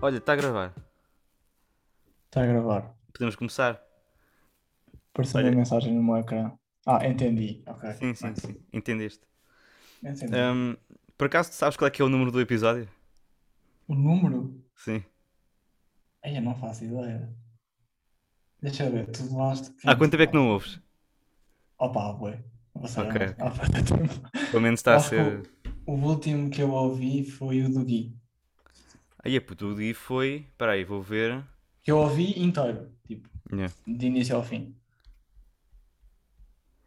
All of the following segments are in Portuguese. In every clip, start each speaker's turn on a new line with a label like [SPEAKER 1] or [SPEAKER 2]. [SPEAKER 1] Olha, está a gravar.
[SPEAKER 2] Está a gravar.
[SPEAKER 1] Podemos começar?
[SPEAKER 2] Apareceu
[SPEAKER 1] Olha.
[SPEAKER 2] uma mensagem no meu ecrã. Ah, entendi. Ok.
[SPEAKER 1] Sim, sim, sim. É. Entendeste.
[SPEAKER 2] Entendi.
[SPEAKER 1] Ahm, por acaso, tu sabes qual é que é o número do episódio?
[SPEAKER 2] O número?
[SPEAKER 1] Sim.
[SPEAKER 2] Ai, eu não faço ideia. Deixa eu ver, tu falaste que.
[SPEAKER 1] Há quanto tempo é que não ouves?
[SPEAKER 2] Opa, ué. Vou ser
[SPEAKER 1] Ok,
[SPEAKER 2] honesto. Há bastante tempo.
[SPEAKER 1] Pelo menos está a
[SPEAKER 2] Acho que
[SPEAKER 1] ser.
[SPEAKER 2] O o último que eu ouvi foi o do Gui.
[SPEAKER 1] Aí, é puto, o dia foi. Espera aí, vou ver.
[SPEAKER 2] Que eu ouvi inteiro, tipo,
[SPEAKER 1] Yeah.
[SPEAKER 2] de início ao fim.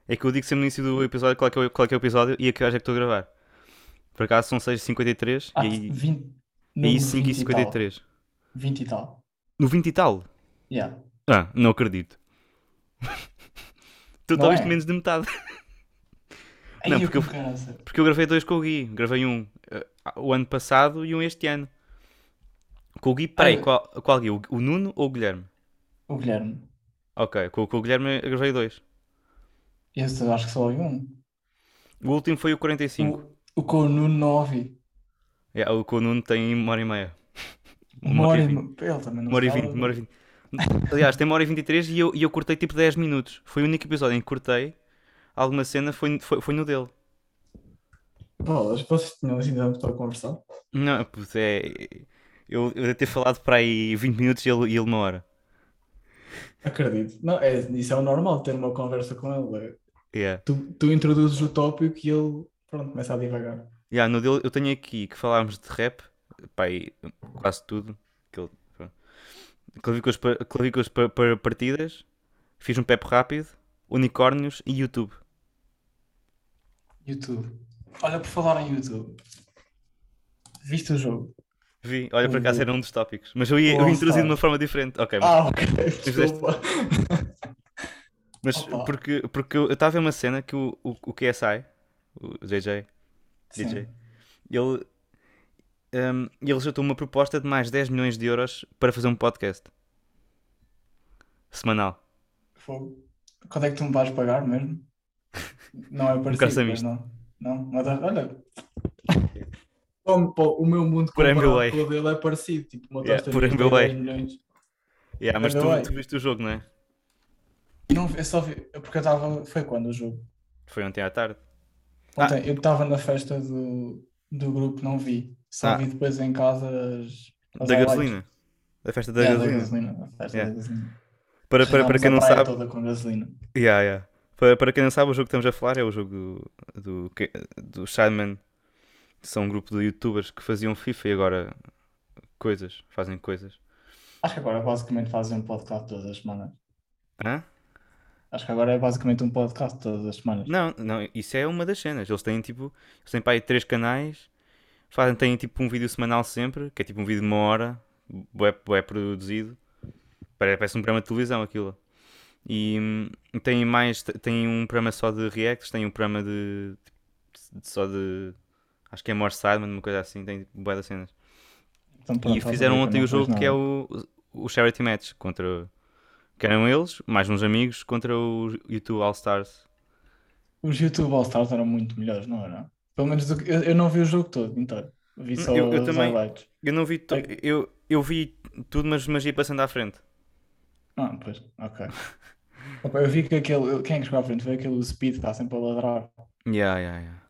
[SPEAKER 1] É que eu digo sempre no início do episódio qual é que é o, qual é que é o episódio e a que horas é que estou a gravar. Por acaso são 6h53
[SPEAKER 2] Ah,
[SPEAKER 1] e aí,
[SPEAKER 2] 20.
[SPEAKER 1] e aí
[SPEAKER 2] número 20 e tal.
[SPEAKER 1] 5h53.
[SPEAKER 2] 20 e tal.
[SPEAKER 1] No 20 e tal?
[SPEAKER 2] Yeah.
[SPEAKER 1] Ah, não acredito. tu
[SPEAKER 2] Não
[SPEAKER 1] talvez
[SPEAKER 2] é?
[SPEAKER 1] menos de metade.
[SPEAKER 2] Ai,
[SPEAKER 1] Não,
[SPEAKER 2] eu é
[SPEAKER 1] porque eu-
[SPEAKER 2] com caraças.
[SPEAKER 1] Porque eu gravei dois com o Gui. Gravei um eh, o ano passado e um este ano. Com o Gui, peraí,
[SPEAKER 2] Ah, eu-
[SPEAKER 1] qual, qual Gui? O, o Nuno ou o Guilherme?
[SPEAKER 2] O Guilherme.
[SPEAKER 1] Ok, com, com o Guilherme eu gravei dois.
[SPEAKER 2] Esse eu acho que só ouvi um.
[SPEAKER 1] O último foi o 45.
[SPEAKER 2] O, o com o Nuno não ouvi.
[SPEAKER 1] É, o com o Nuno tem uma hora e meia.
[SPEAKER 2] Uma hora e
[SPEAKER 1] vinte.
[SPEAKER 2] me- Ele também não
[SPEAKER 1] Uma hora e
[SPEAKER 2] sabe.
[SPEAKER 1] vinte, uma hora e vinte. Aliás, tem uma hora e vinte e três e eu, e eu cortei tipo 10 minutos. Foi o único episódio em que cortei alguma cena, foi, foi, foi no dele.
[SPEAKER 2] Bolas, vocês tinham assim tanto para conversar?
[SPEAKER 1] Não, putz, é. Eu, eu devo ter falado para aí 20 minutos e ele, e ele uma hora.
[SPEAKER 2] Acredito. Não, é, isso é o normal, ter uma conversa com ele. é,
[SPEAKER 1] Yeah.
[SPEAKER 2] Tu, tu introduzes o tópico e ele, pronto, começa a divagar.
[SPEAKER 1] Yeah, no dele, eu tenho aqui que falámos de rap, pá, e quase tudo. Aquele, pronto. clavículas, pa- clavículas pa- para partidas, fiz um pep rápido, unicórnios e YouTube.
[SPEAKER 2] YouTube. Olha, por falar em YouTube. Viste o jogo?
[SPEAKER 1] Vi, olha para cá,
[SPEAKER 2] O-
[SPEAKER 1] era um dos tópicos, mas eu ia,
[SPEAKER 2] o
[SPEAKER 1] eu ia introduzir de
[SPEAKER 2] All-Star.
[SPEAKER 1] uma forma diferente. Ok, mas,
[SPEAKER 2] Ah, ok. Desculpa.
[SPEAKER 1] mas
[SPEAKER 2] Ah, opa.
[SPEAKER 1] porque, porque eu estava a ver uma cena que o, o, o KSI, o JJ, DJ,
[SPEAKER 2] Sim.
[SPEAKER 1] ele, hum, ele rejeitou uma proposta de mais 10 milhões de euros para fazer um podcast semanal.
[SPEAKER 2] Fogo. Quando é que tu me vais pagar mesmo? Não
[SPEAKER 1] Um
[SPEAKER 2] é parecido,
[SPEAKER 1] sabia
[SPEAKER 2] pois
[SPEAKER 1] isto.
[SPEAKER 2] não. Não, mas olha. Como, pô, o meu mundo
[SPEAKER 1] Por
[SPEAKER 2] comparado
[SPEAKER 1] MBA.
[SPEAKER 2] com o dele é parecido. Tipo, uma
[SPEAKER 1] Yeah,
[SPEAKER 2] tosta
[SPEAKER 1] por
[SPEAKER 2] de
[SPEAKER 1] MBA.
[SPEAKER 2] 10 milhões.
[SPEAKER 1] Yeah, mas tu,
[SPEAKER 2] By the way.
[SPEAKER 1] tu viste o jogo, não é?
[SPEAKER 2] Não, eu só vi, porque eu estava. Foi quando o jogo?
[SPEAKER 1] Foi ontem à tarde. Ah.
[SPEAKER 2] Ontem, eu estava na festa do, do grupo, não vi. Só
[SPEAKER 1] Ah.
[SPEAKER 2] vi depois em casa as, as
[SPEAKER 1] da
[SPEAKER 2] highlights.
[SPEAKER 1] gasolina. Da festa da
[SPEAKER 2] É,
[SPEAKER 1] gasolina.
[SPEAKER 2] a festa
[SPEAKER 1] Yeah.
[SPEAKER 2] da gasolina.
[SPEAKER 1] Para, para, para
[SPEAKER 2] Chegámos
[SPEAKER 1] quem
[SPEAKER 2] à
[SPEAKER 1] não
[SPEAKER 2] praia
[SPEAKER 1] sabe.
[SPEAKER 2] toda com gasolina.
[SPEAKER 1] Yeah, yeah. Para, para quem não sabe, o jogo que estamos a falar é o jogo do, do, do Shadman. São um grupo de youtubers que faziam FIFA e agora coisas, fazem coisas.
[SPEAKER 2] Acho que agora basicamente fazem um podcast todas as semanas.
[SPEAKER 1] Hã?
[SPEAKER 2] Acho que agora é basicamente um podcast todas as semanas.
[SPEAKER 1] Não, não, isso é uma das cenas. Eles têm tipo, eles têm para aí três canais, fazem, têm tipo um vídeo semanal sempre, que é tipo um vídeo de uma hora, bué, bué produzido. Pare- Parece um programa de televisão aquilo. E hum, têm mais, t- têm um programa só de reacts, têm um programa de, de- só de, acho que é More Sideman, uma coisa assim, tem tipo, bué das cenas.
[SPEAKER 2] Então, pronto,
[SPEAKER 1] E fizeram
[SPEAKER 2] estás a ver que
[SPEAKER 1] ontem
[SPEAKER 2] eu
[SPEAKER 1] o
[SPEAKER 2] não
[SPEAKER 1] jogo
[SPEAKER 2] pus
[SPEAKER 1] que é
[SPEAKER 2] nada.
[SPEAKER 1] o, o Charity Match contra, que eram eles, mais uns amigos, contra o YouTube All Stars.
[SPEAKER 2] Os YouTube All Stars eram muito melhores, não era? Pelo menos do que- eu, eu não vi o jogo todo, então. Vi
[SPEAKER 1] Hum,
[SPEAKER 2] só
[SPEAKER 1] eu- eu
[SPEAKER 2] os
[SPEAKER 1] também-
[SPEAKER 2] highlights.
[SPEAKER 1] Eu não vi tu-
[SPEAKER 2] Ai.
[SPEAKER 1] eu, eu vi tudo, mas, mas ia passando à frente.
[SPEAKER 2] Ah, pois, ok. Opa, Eu vi que aquele. Quem é que chegou à frente? Foi aquele Speed que está sempre a ladrar.
[SPEAKER 1] Yeah, yeah, yeah.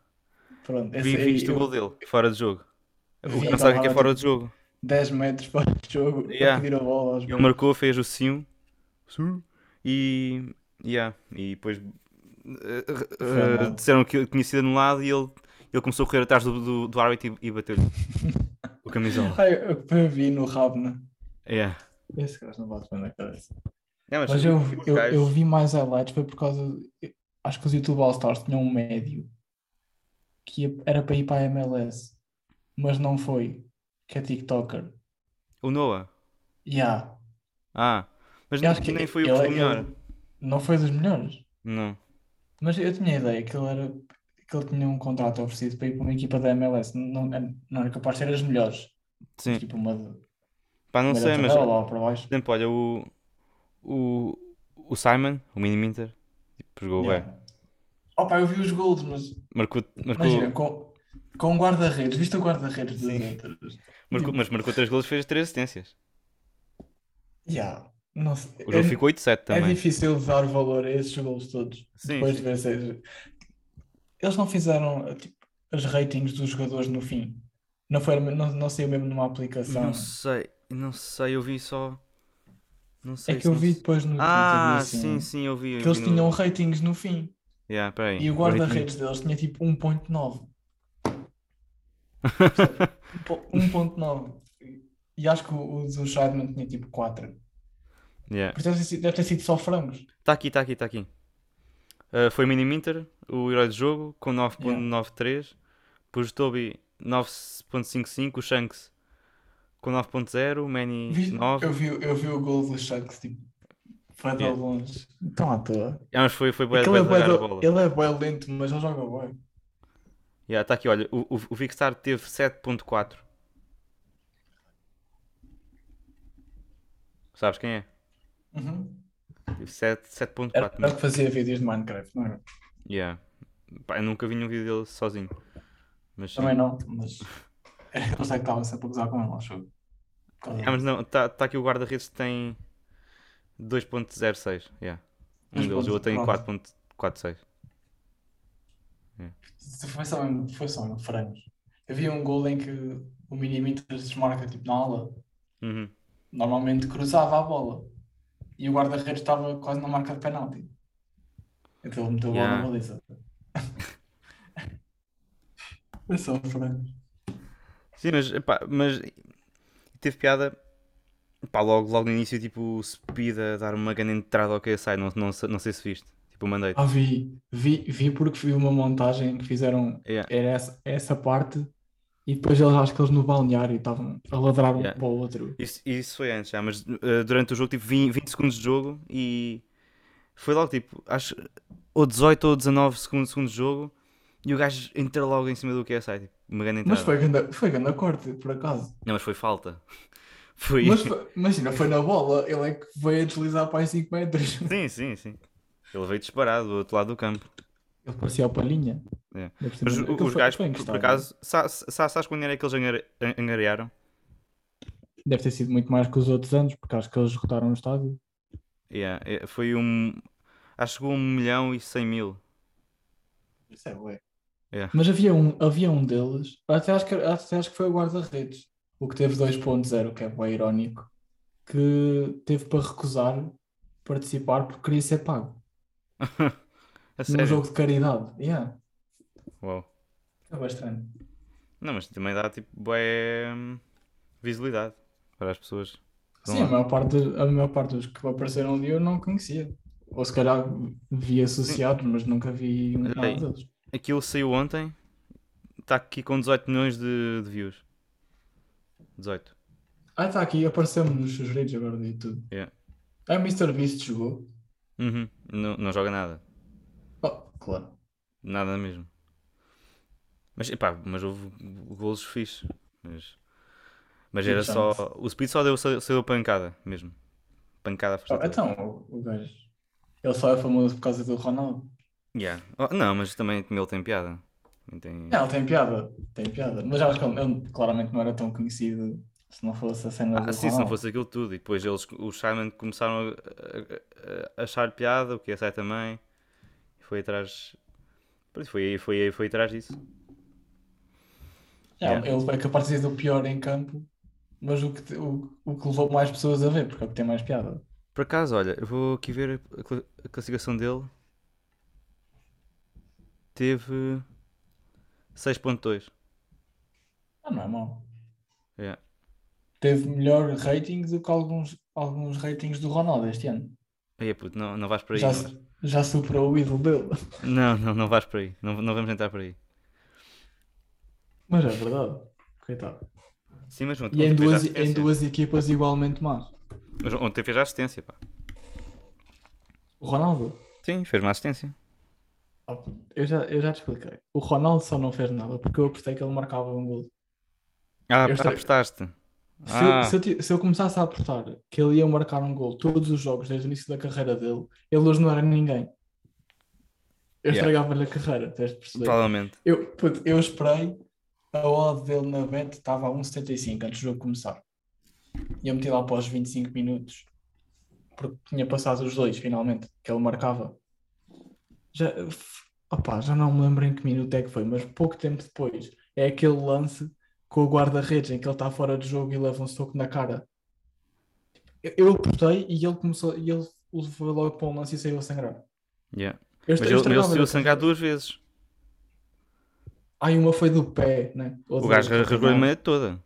[SPEAKER 2] Pronto, esse
[SPEAKER 1] Vi,
[SPEAKER 2] aí,
[SPEAKER 1] viste o
[SPEAKER 2] eu-
[SPEAKER 1] gol dele, fora de jogo. O
[SPEAKER 2] Vi,
[SPEAKER 1] que não sabe o que é
[SPEAKER 2] estava
[SPEAKER 1] fora de jogo.
[SPEAKER 2] 10 metros para o jogo
[SPEAKER 1] Yeah. um
[SPEAKER 2] a pedir a bola aos
[SPEAKER 1] Ele marcou, fez o sim. Sim. E. Yeah. E depois. eh, eh,
[SPEAKER 2] anulado.
[SPEAKER 1] disseram que ele tinha sido anulado e ele, ele começou a correr atrás do, do, do árbitro e, e bateu-lhe o camisola.
[SPEAKER 2] Ai, eu, eu vi no rabo, né?
[SPEAKER 1] Yeah.
[SPEAKER 2] Esse gajo não bate bem na cabeça.
[SPEAKER 1] É, mas
[SPEAKER 2] Mas eu,
[SPEAKER 1] os
[SPEAKER 2] eu, eu
[SPEAKER 1] gajos-
[SPEAKER 2] vi mais highlights, foi por causa. eu- Acho que os YouTube All Stars tinham um médio que ia- era para ir para a MLS, mas não foi. Que é TikToker.
[SPEAKER 1] O Noah.
[SPEAKER 2] Yeah.
[SPEAKER 1] Ah. Mas
[SPEAKER 2] Eu acho que
[SPEAKER 1] nem foi o
[SPEAKER 2] ele- é
[SPEAKER 1] que foi
[SPEAKER 2] ele
[SPEAKER 1] melhor.
[SPEAKER 2] Não foi dos melhores.
[SPEAKER 1] Não.
[SPEAKER 2] Mas eu tinha a ideia que ele era que ele tinha um contrato oferecido para ir para uma equipa da MLS. Não, é, não era capaz de ser as melhores.
[SPEAKER 1] Sim.
[SPEAKER 2] Tipo uma de
[SPEAKER 1] Pá, não
[SPEAKER 2] primeira
[SPEAKER 1] sei, mas.
[SPEAKER 2] tabela lá para baixo.
[SPEAKER 1] Por exemplo, olha, o, o, o Simon, o Mini Minter, tipo, jogou bem.
[SPEAKER 2] Yeah. Opa, eu vi os gols, mas
[SPEAKER 1] Marcou, marcou
[SPEAKER 2] imagina, com, Com guarda-redes, viste o guarda-redes do Inter?
[SPEAKER 1] Marcou,
[SPEAKER 2] tipo,
[SPEAKER 1] mas marcou 3 golos e fez 3 assistências.
[SPEAKER 2] Yeah. Não sei.
[SPEAKER 1] O jogo
[SPEAKER 2] É-
[SPEAKER 1] ficou 8-7
[SPEAKER 2] É
[SPEAKER 1] também.
[SPEAKER 2] difícil dar valor a esses gols todos.
[SPEAKER 1] Sim,
[SPEAKER 2] depois
[SPEAKER 1] sim.
[SPEAKER 2] de ver seja, Eles não fizeram tipo, as ratings dos jogadores no fim. Não, foi, não, não saiu mesmo numa aplicação.
[SPEAKER 1] Não sei, não sei, eu vi só. Não sei
[SPEAKER 2] é que
[SPEAKER 1] se
[SPEAKER 2] eu
[SPEAKER 1] não-
[SPEAKER 2] vi depois no Twitter
[SPEAKER 1] Ah,
[SPEAKER 2] e assim,
[SPEAKER 1] sim, sim, eu vi. eu
[SPEAKER 2] que eles
[SPEAKER 1] vi no-
[SPEAKER 2] tinham ratings no fim.
[SPEAKER 1] Yeah, peraí.
[SPEAKER 2] E o guarda-redes deles tinha tipo 1.9. Um po- 1.9. E acho que o, o do Shadman tinha tipo 4.
[SPEAKER 1] Uhum. Yeah.
[SPEAKER 2] Por isso deve ter sido- deve ter sido só frangos.
[SPEAKER 1] Tá aqui, tá aqui, tá aqui. Uh, foi Mini Minter, o herói do jogo, com 9.93. Pus Toby 9.55, o Shanks com 9.0, o Manny
[SPEAKER 2] Vi-
[SPEAKER 1] 9.
[SPEAKER 2] Eu vi, eu vi o gol do Shanks tipo, foi de
[SPEAKER 1] Yeah.
[SPEAKER 2] longe. Então à toa.
[SPEAKER 1] Ah, mas foi, foi bué de
[SPEAKER 2] Aquele é
[SPEAKER 1] bué de
[SPEAKER 2] bué
[SPEAKER 1] largar a
[SPEAKER 2] do-
[SPEAKER 1] bola.
[SPEAKER 2] ele é bem lento, mas ele joga bem.
[SPEAKER 1] Yeah, tá aqui, olha, o, o, o Vicstar teve 7.4. Sabes quem é? Teve 7
[SPEAKER 2] Era,
[SPEAKER 1] 7.4.
[SPEAKER 2] Uhum. era que fazia vídeos de Minecraft, não é era?
[SPEAKER 1] Yeah. Pá, eu nunca vi nenhum vídeo dele sozinho. Mas, sim.
[SPEAKER 2] Também não, mas eu sei que estava sempre a gozar com ele, acho eu. Por causa
[SPEAKER 1] Ah, mas não, está tá aqui o guarda-redes que tem 2.06. Yeah. Um
[SPEAKER 2] Dois
[SPEAKER 1] deles, o
[SPEAKER 2] pontos,
[SPEAKER 1] outro tem
[SPEAKER 2] pronto.
[SPEAKER 1] 4.46.
[SPEAKER 2] disso. Foi só mesmo, foi só mesmo frangos. Havia um gol em que o Miniminter desmarca tipo na aula,
[SPEAKER 1] Uhum.
[SPEAKER 2] normalmente cruzava a bola e o guarda-redes estava quase na marca de penalti. Então ele meteu a bola na
[SPEAKER 1] Yeah.
[SPEAKER 2] baliza. Foi só frangos.
[SPEAKER 1] Sim, mas, epá, mas teve piada. Pá, logo, logo no início, tipo, o Speed a dar uma grande entrada ao KSI. Não, não, sei- não sei se viste. Tipo, eu mandei.
[SPEAKER 2] Ah, vi, vi, vi porque vi uma montagem que fizeram,
[SPEAKER 1] Yeah.
[SPEAKER 2] era essa, essa parte, e depois eles acho que eles no balneário estavam a ladrar um
[SPEAKER 1] Yeah.
[SPEAKER 2] para o outro.
[SPEAKER 1] Isso, isso foi antes já, mas eh, durante o jogo tive 20, 20 segundos de jogo e foi logo tipo, acho ou 18 ou 19 segundos, segundos de jogo e o gajo entra logo em cima do QSI, tipo, uma grande entrada.
[SPEAKER 2] Mas foi grande, foi grande corte, por acaso.
[SPEAKER 1] Não, mas foi falta. Foi.
[SPEAKER 2] Mas foi- imagina, foi na bola, ele é que veio a deslizar para aí 5 metros.
[SPEAKER 1] Sim, sim, sim. Ele veio disparado do outro lado do campo.
[SPEAKER 2] Ele parecia o Palhinha.
[SPEAKER 1] É.
[SPEAKER 2] Ainda por cima,
[SPEAKER 1] Mas o-
[SPEAKER 2] Tipo, aquilo
[SPEAKER 1] os
[SPEAKER 2] foi-
[SPEAKER 1] gajos,
[SPEAKER 2] foi né?
[SPEAKER 1] por, por
[SPEAKER 2] encostado.
[SPEAKER 1] acaso, sa- sa- sabes quando era que eles angare- an- angariaram?
[SPEAKER 2] Deve ter sido muito mais que os outros anos, porque acho que eles esgotaram o estádio.
[SPEAKER 1] Yeah, é, foi um. Acho que chegou a 1 milhão e 100 mil.
[SPEAKER 2] Isso é bué.
[SPEAKER 1] É.
[SPEAKER 2] Mas havia um, havia um deles, até acho, que, até acho que foi o guarda-redes, o que teve 2.0, que é bem irónico, que teve para recusar participar porque queria ser pago
[SPEAKER 1] A
[SPEAKER 2] num
[SPEAKER 1] sério.
[SPEAKER 2] jogo de caridade. Yeah.
[SPEAKER 1] Uau.
[SPEAKER 2] É bem estranho.
[SPEAKER 1] Não, mas também dá tipo bué hum, visibilidade para as pessoas. Vão
[SPEAKER 2] Sim, a
[SPEAKER 1] lá.
[SPEAKER 2] maior, parte, a maior parte dos que apareceram ali eu não conhecia. Ou se calhar vi associados, mas nunca vi
[SPEAKER 1] Olha
[SPEAKER 2] nada
[SPEAKER 1] aí.
[SPEAKER 2] deles.
[SPEAKER 1] Aquilo saiu ontem, está aqui com 18 milhões de, de views. 18.
[SPEAKER 2] Ah, está aqui, apareceu-me nos sugeridos agora de tudo.
[SPEAKER 1] Yeah.
[SPEAKER 2] Ah, Mr. Beast jogou.
[SPEAKER 1] Uhum. Não, não joga nada.
[SPEAKER 2] Oh, claro.
[SPEAKER 1] Nada mesmo. Mas, epá, mas houve golos fixe. Mas, mas
[SPEAKER 2] Sim,
[SPEAKER 1] era
[SPEAKER 2] já.
[SPEAKER 1] só. O Speed só deu, só, só deu pancada mesmo. Pancada
[SPEAKER 2] Oh,
[SPEAKER 1] frustrante.
[SPEAKER 2] então, o, o gajo. Ele só é famoso por causa do Ronaldo.
[SPEAKER 1] Yeah. Oh, não, mas também ele tem piada. Também Tem...
[SPEAKER 2] Não, ele tem piada, tem piada. Mas acho que ele, ele claramente não era tão conhecido se não fosse a cena
[SPEAKER 1] Ah,
[SPEAKER 2] do
[SPEAKER 1] sim, se não
[SPEAKER 2] Ronaldo.
[SPEAKER 1] fosse aquilo tudo. E depois eles, os Simon começaram a, a- a- a achar piada, o que sai também. E foi atrás. Pois foi, foi, foi atrás disso.
[SPEAKER 2] É,
[SPEAKER 1] Yeah.
[SPEAKER 2] Ele é capaz de ser o pior em campo, mas o que, te- o, o que levou mais pessoas a ver, porque é o que tem mais piada.
[SPEAKER 1] Por acaso, olha, eu vou aqui ver a cla- a classificação dele. Teve 6.2.
[SPEAKER 2] Ah, não é mau.
[SPEAKER 1] Yeah.
[SPEAKER 2] Teve melhor ratings do que alguns, alguns ratings do Ronaldo este ano.
[SPEAKER 1] Aí, é puto, não, não vais para aí.
[SPEAKER 2] Já,
[SPEAKER 1] não é?
[SPEAKER 2] su- já superou o ídolo dele.
[SPEAKER 1] vais- Não, não, não vais para aí. Não, não vamos entrar para aí.
[SPEAKER 2] Mas é verdade. Coitado.
[SPEAKER 1] Sim, mas ontem,
[SPEAKER 2] E em
[SPEAKER 1] ontem fez
[SPEAKER 2] duas, em
[SPEAKER 1] assistência.
[SPEAKER 2] duas equipas igualmente más.
[SPEAKER 1] Mas ontem fez a assistência, pá.
[SPEAKER 2] O Ronaldo,
[SPEAKER 1] Sim, fez uma assistência.
[SPEAKER 2] eu já, eu já te expliquei. O Ronaldo só não fez nada porque eu apostei que ele marcava um gol.
[SPEAKER 1] Ah,
[SPEAKER 2] Eu estou-
[SPEAKER 1] apostaste.
[SPEAKER 2] Se,
[SPEAKER 1] Ah.
[SPEAKER 2] eu, se eu ti- se eu começasse a apertar que ele ia marcar um gol todos os jogos desde o início da carreira dele, ele hoje não era ninguém. Eu
[SPEAKER 1] Yeah.
[SPEAKER 2] estragava-lhe a carreira, tens de perceber.
[SPEAKER 1] Provavelmente.
[SPEAKER 2] Eu, puto, eu esperei a odd dele na bet estava a 1,75 antes do jogo começar. E eu meti lá após 25 minutos, porque tinha passado os dois, finalmente, que ele marcava. Já, opa, já não me lembro em que minuto é que foi, mas pouco tempo depois é aquele lance com o guarda-redes em que ele está fora de jogo e leva um soco na cara. Eu, eu apertei e ele começou, e ele levou logo para um lance e saiu a sangrar.
[SPEAKER 1] Yeah.
[SPEAKER 2] Eu
[SPEAKER 1] Mas ele, mas
[SPEAKER 2] estra-
[SPEAKER 1] ele
[SPEAKER 2] estragava-lhe
[SPEAKER 1] saiu a
[SPEAKER 2] a
[SPEAKER 1] sangrar duas vezes.
[SPEAKER 2] Ah, e uma foi do pé, né?
[SPEAKER 1] O gajo rasgou a meia toda.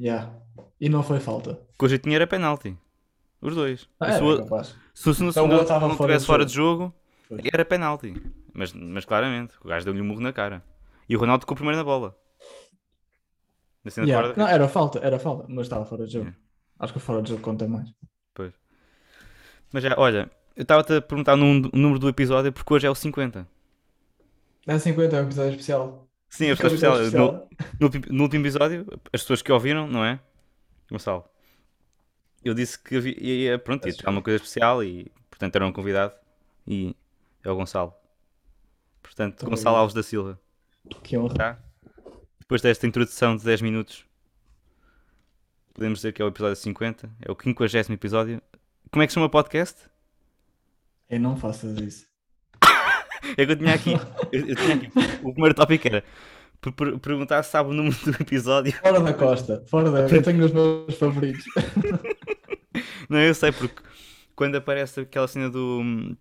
[SPEAKER 2] Yeah. E não foi falta.
[SPEAKER 1] O que eu tinha era penalti. Os dois.
[SPEAKER 2] Ah,
[SPEAKER 1] se,
[SPEAKER 2] era
[SPEAKER 1] o,
[SPEAKER 2] capaz.
[SPEAKER 1] se, se no
[SPEAKER 2] Então, o
[SPEAKER 1] segundo
[SPEAKER 2] outro tava
[SPEAKER 1] não
[SPEAKER 2] fora
[SPEAKER 1] estivesse
[SPEAKER 2] de
[SPEAKER 1] fora de jogo,
[SPEAKER 2] Pois.
[SPEAKER 1] era penalti. Mas, mas claramente, o gajo deu-lhe um murro na cara. E o Ronaldo tocou primeiro na bola. Na cena
[SPEAKER 2] Yeah.
[SPEAKER 1] de
[SPEAKER 2] Não,
[SPEAKER 1] guarda
[SPEAKER 2] era falta, era falta, mas estava fora de jogo.
[SPEAKER 1] Yeah.
[SPEAKER 2] Acho que fora de jogo conta mais.
[SPEAKER 1] Mas já, olha, eu estava-te a perguntar num- o número do episódio porque hoje é o 50.
[SPEAKER 2] É 50, é um episódio especial.
[SPEAKER 1] Sim, é
[SPEAKER 2] Aquele
[SPEAKER 1] especial.
[SPEAKER 2] episódio
[SPEAKER 1] No, no ulti- no último episódio, as pessoas que ouviram, não é? Gonçalo. Eu disse que havia, ia- pronto, ia ter alguma coisa especial e, portanto, era um convidado. E é o Gonçalo. Portanto,
[SPEAKER 2] Muito
[SPEAKER 1] Gonçalo
[SPEAKER 2] Então, obrigado.
[SPEAKER 1] Alves da Silva.
[SPEAKER 2] Que honra.
[SPEAKER 1] Tá? Depois desta introdução de 10 minutos, podemos dizer que é o episódio 50, é o 50 episódio. Como é que se chama o podcast?
[SPEAKER 2] Eu não faças isso.
[SPEAKER 1] É que eu tinha aqui, eu, eu tinha aqui o primeiro tópico era per- per- perguntar se sabe o número do episódio.
[SPEAKER 2] Fora da costa, fora da. Eu tenho os meus favoritos.
[SPEAKER 1] Não, eu sei porque quando aparece aquela cena do. hum,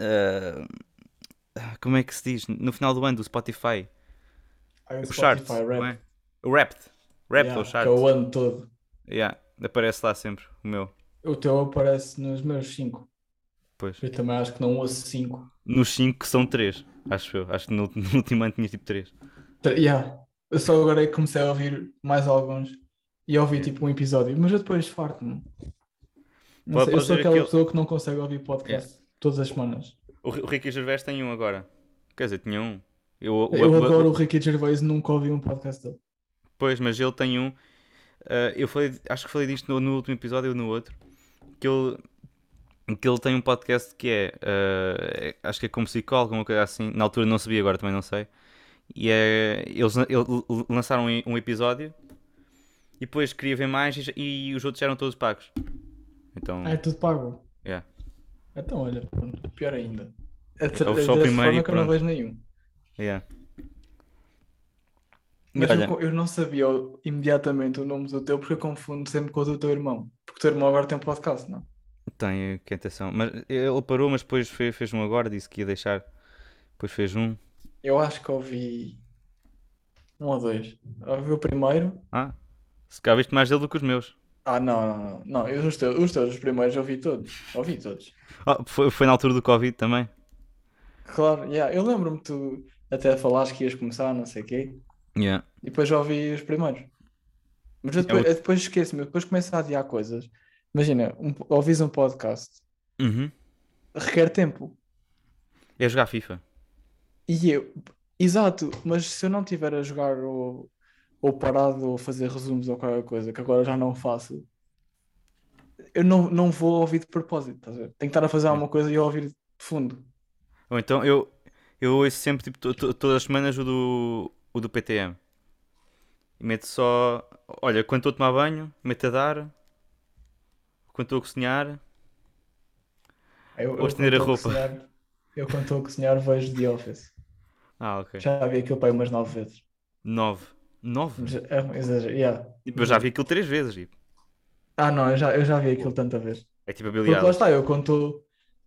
[SPEAKER 1] ah, como é que se diz? No final do ano, do Spotify. O chart. não é? O Wrapped. Wrapped
[SPEAKER 2] Yeah,
[SPEAKER 1] ou chart.
[SPEAKER 2] Que é o ano todo.
[SPEAKER 1] Yeah, aparece lá sempre o meu.
[SPEAKER 2] O teu aparece nos meus 5.
[SPEAKER 1] Pois.
[SPEAKER 2] Eu também acho que não ouço 5.
[SPEAKER 1] Nos 5 que são 3, acho eu. Acho que no, no último ano tinha tipo 3.
[SPEAKER 2] Yeah. Eu só agora é que comecei a ouvir mais alguns e ouvi
[SPEAKER 1] Hum.
[SPEAKER 2] tipo um episódio, mas eu depois farto-me. Não
[SPEAKER 1] Pode-
[SPEAKER 2] sei, eu
[SPEAKER 1] pode
[SPEAKER 2] sou
[SPEAKER 1] ser
[SPEAKER 2] aquela
[SPEAKER 1] aquele-
[SPEAKER 2] pessoa que não consegue ouvir podcast todas as semanas.
[SPEAKER 1] O, Ri- o Ricky Gervais tem um agora. Quer dizer, tinha um. Eu, o-
[SPEAKER 2] Eu
[SPEAKER 1] o- o-
[SPEAKER 2] adoro o Ricky Gervais, nunca ouvi um podcast dele.
[SPEAKER 1] Pois, mas ele tem um. ah, eu falei, acho que falei disto no, no último episódio ou no outro. Que ele, que ele tem um podcast que é, ah, é- Acho que é como psicólogo, uma coisa assim. Na altura não sabia, agora também não sei. E é, eles lan- ele- l- lançaram um, um episódio e depois queria ver mais e, já- e os outros já eram todos pagos. Então,
[SPEAKER 2] Ah, é tudo pago.
[SPEAKER 1] yeah.
[SPEAKER 2] Então, olha, pronto, pior ainda. É
[SPEAKER 1] Então,
[SPEAKER 2] tra-
[SPEAKER 1] só o
[SPEAKER 2] dessa
[SPEAKER 1] primeiro e
[SPEAKER 2] forma que eu não
[SPEAKER 1] pronto.
[SPEAKER 2] vejo nenhum.
[SPEAKER 1] yeah. E
[SPEAKER 2] Mas
[SPEAKER 1] olha,
[SPEAKER 2] eu, co- eu não sabia o- imediatamente o nome do teu, porque eu confundo sempre com o do teu irmão. Porque o teu irmão agora tem um podcast, não?
[SPEAKER 1] Tem, que tentação. Mas ele parou, mas depois fe- fez, um agora, disse que ia deixar. Depois fez um.
[SPEAKER 2] Eu acho que ouvi um ou dois. Ouvi o primeiro.
[SPEAKER 1] Ah, se cá viste mais dele do que os meus.
[SPEAKER 2] Ah, não, não, não. Não, eu, os, teus, os teus, os primeiros, eu ouvi todos. Ouvi todos.
[SPEAKER 1] Ah, foi, foi na altura do Covid também.
[SPEAKER 2] Claro, yeah, eu lembro-me que tu até falaste que ias começar, não sei o quê.
[SPEAKER 1] Yeah.
[SPEAKER 2] E depois já ouvi os primeiros. Mas eu
[SPEAKER 1] É o-
[SPEAKER 2] depois, eu depois esqueço-me, eu depois começo a adiar coisas. Imagina, um, ouvis um podcast,
[SPEAKER 1] Uhum.
[SPEAKER 2] requer tempo.
[SPEAKER 1] É jogar FIFA.
[SPEAKER 2] E eu, exato, mas se eu não estiver a jogar ou, ou parado ou fazer resumos ou qualquer coisa, que agora já não faço, eu não, não vou ouvir de propósito, estás a ver? Tenho que estar a fazer alguma coisa e eu ouvir de fundo.
[SPEAKER 1] Ou então eu, eu ouço sempre, tipo, to- to- todas as semanas o do, o do PTM. E meto só. Olha, quando estou a tomar banho, meto a dar. Quando estou a cozinhar.
[SPEAKER 2] Eu,
[SPEAKER 1] Ou
[SPEAKER 2] eu
[SPEAKER 1] estender a
[SPEAKER 2] quando estou
[SPEAKER 1] roupa.
[SPEAKER 2] cozinhar, eu quando estou a cozinhar vejo The Office.
[SPEAKER 1] Ah, ok.
[SPEAKER 2] Já vi aquilo para aí umas nove vezes.
[SPEAKER 1] 9. 9?
[SPEAKER 2] Já- É um exagero, yeah.
[SPEAKER 1] Eu já vi aquilo três vezes. tipo.
[SPEAKER 2] Ah não, eu já, eu já vi aquilo tanta vez.
[SPEAKER 1] É tipo a
[SPEAKER 2] Porque
[SPEAKER 1] Billie
[SPEAKER 2] lá
[SPEAKER 1] Eilish.
[SPEAKER 2] está, eu quando estou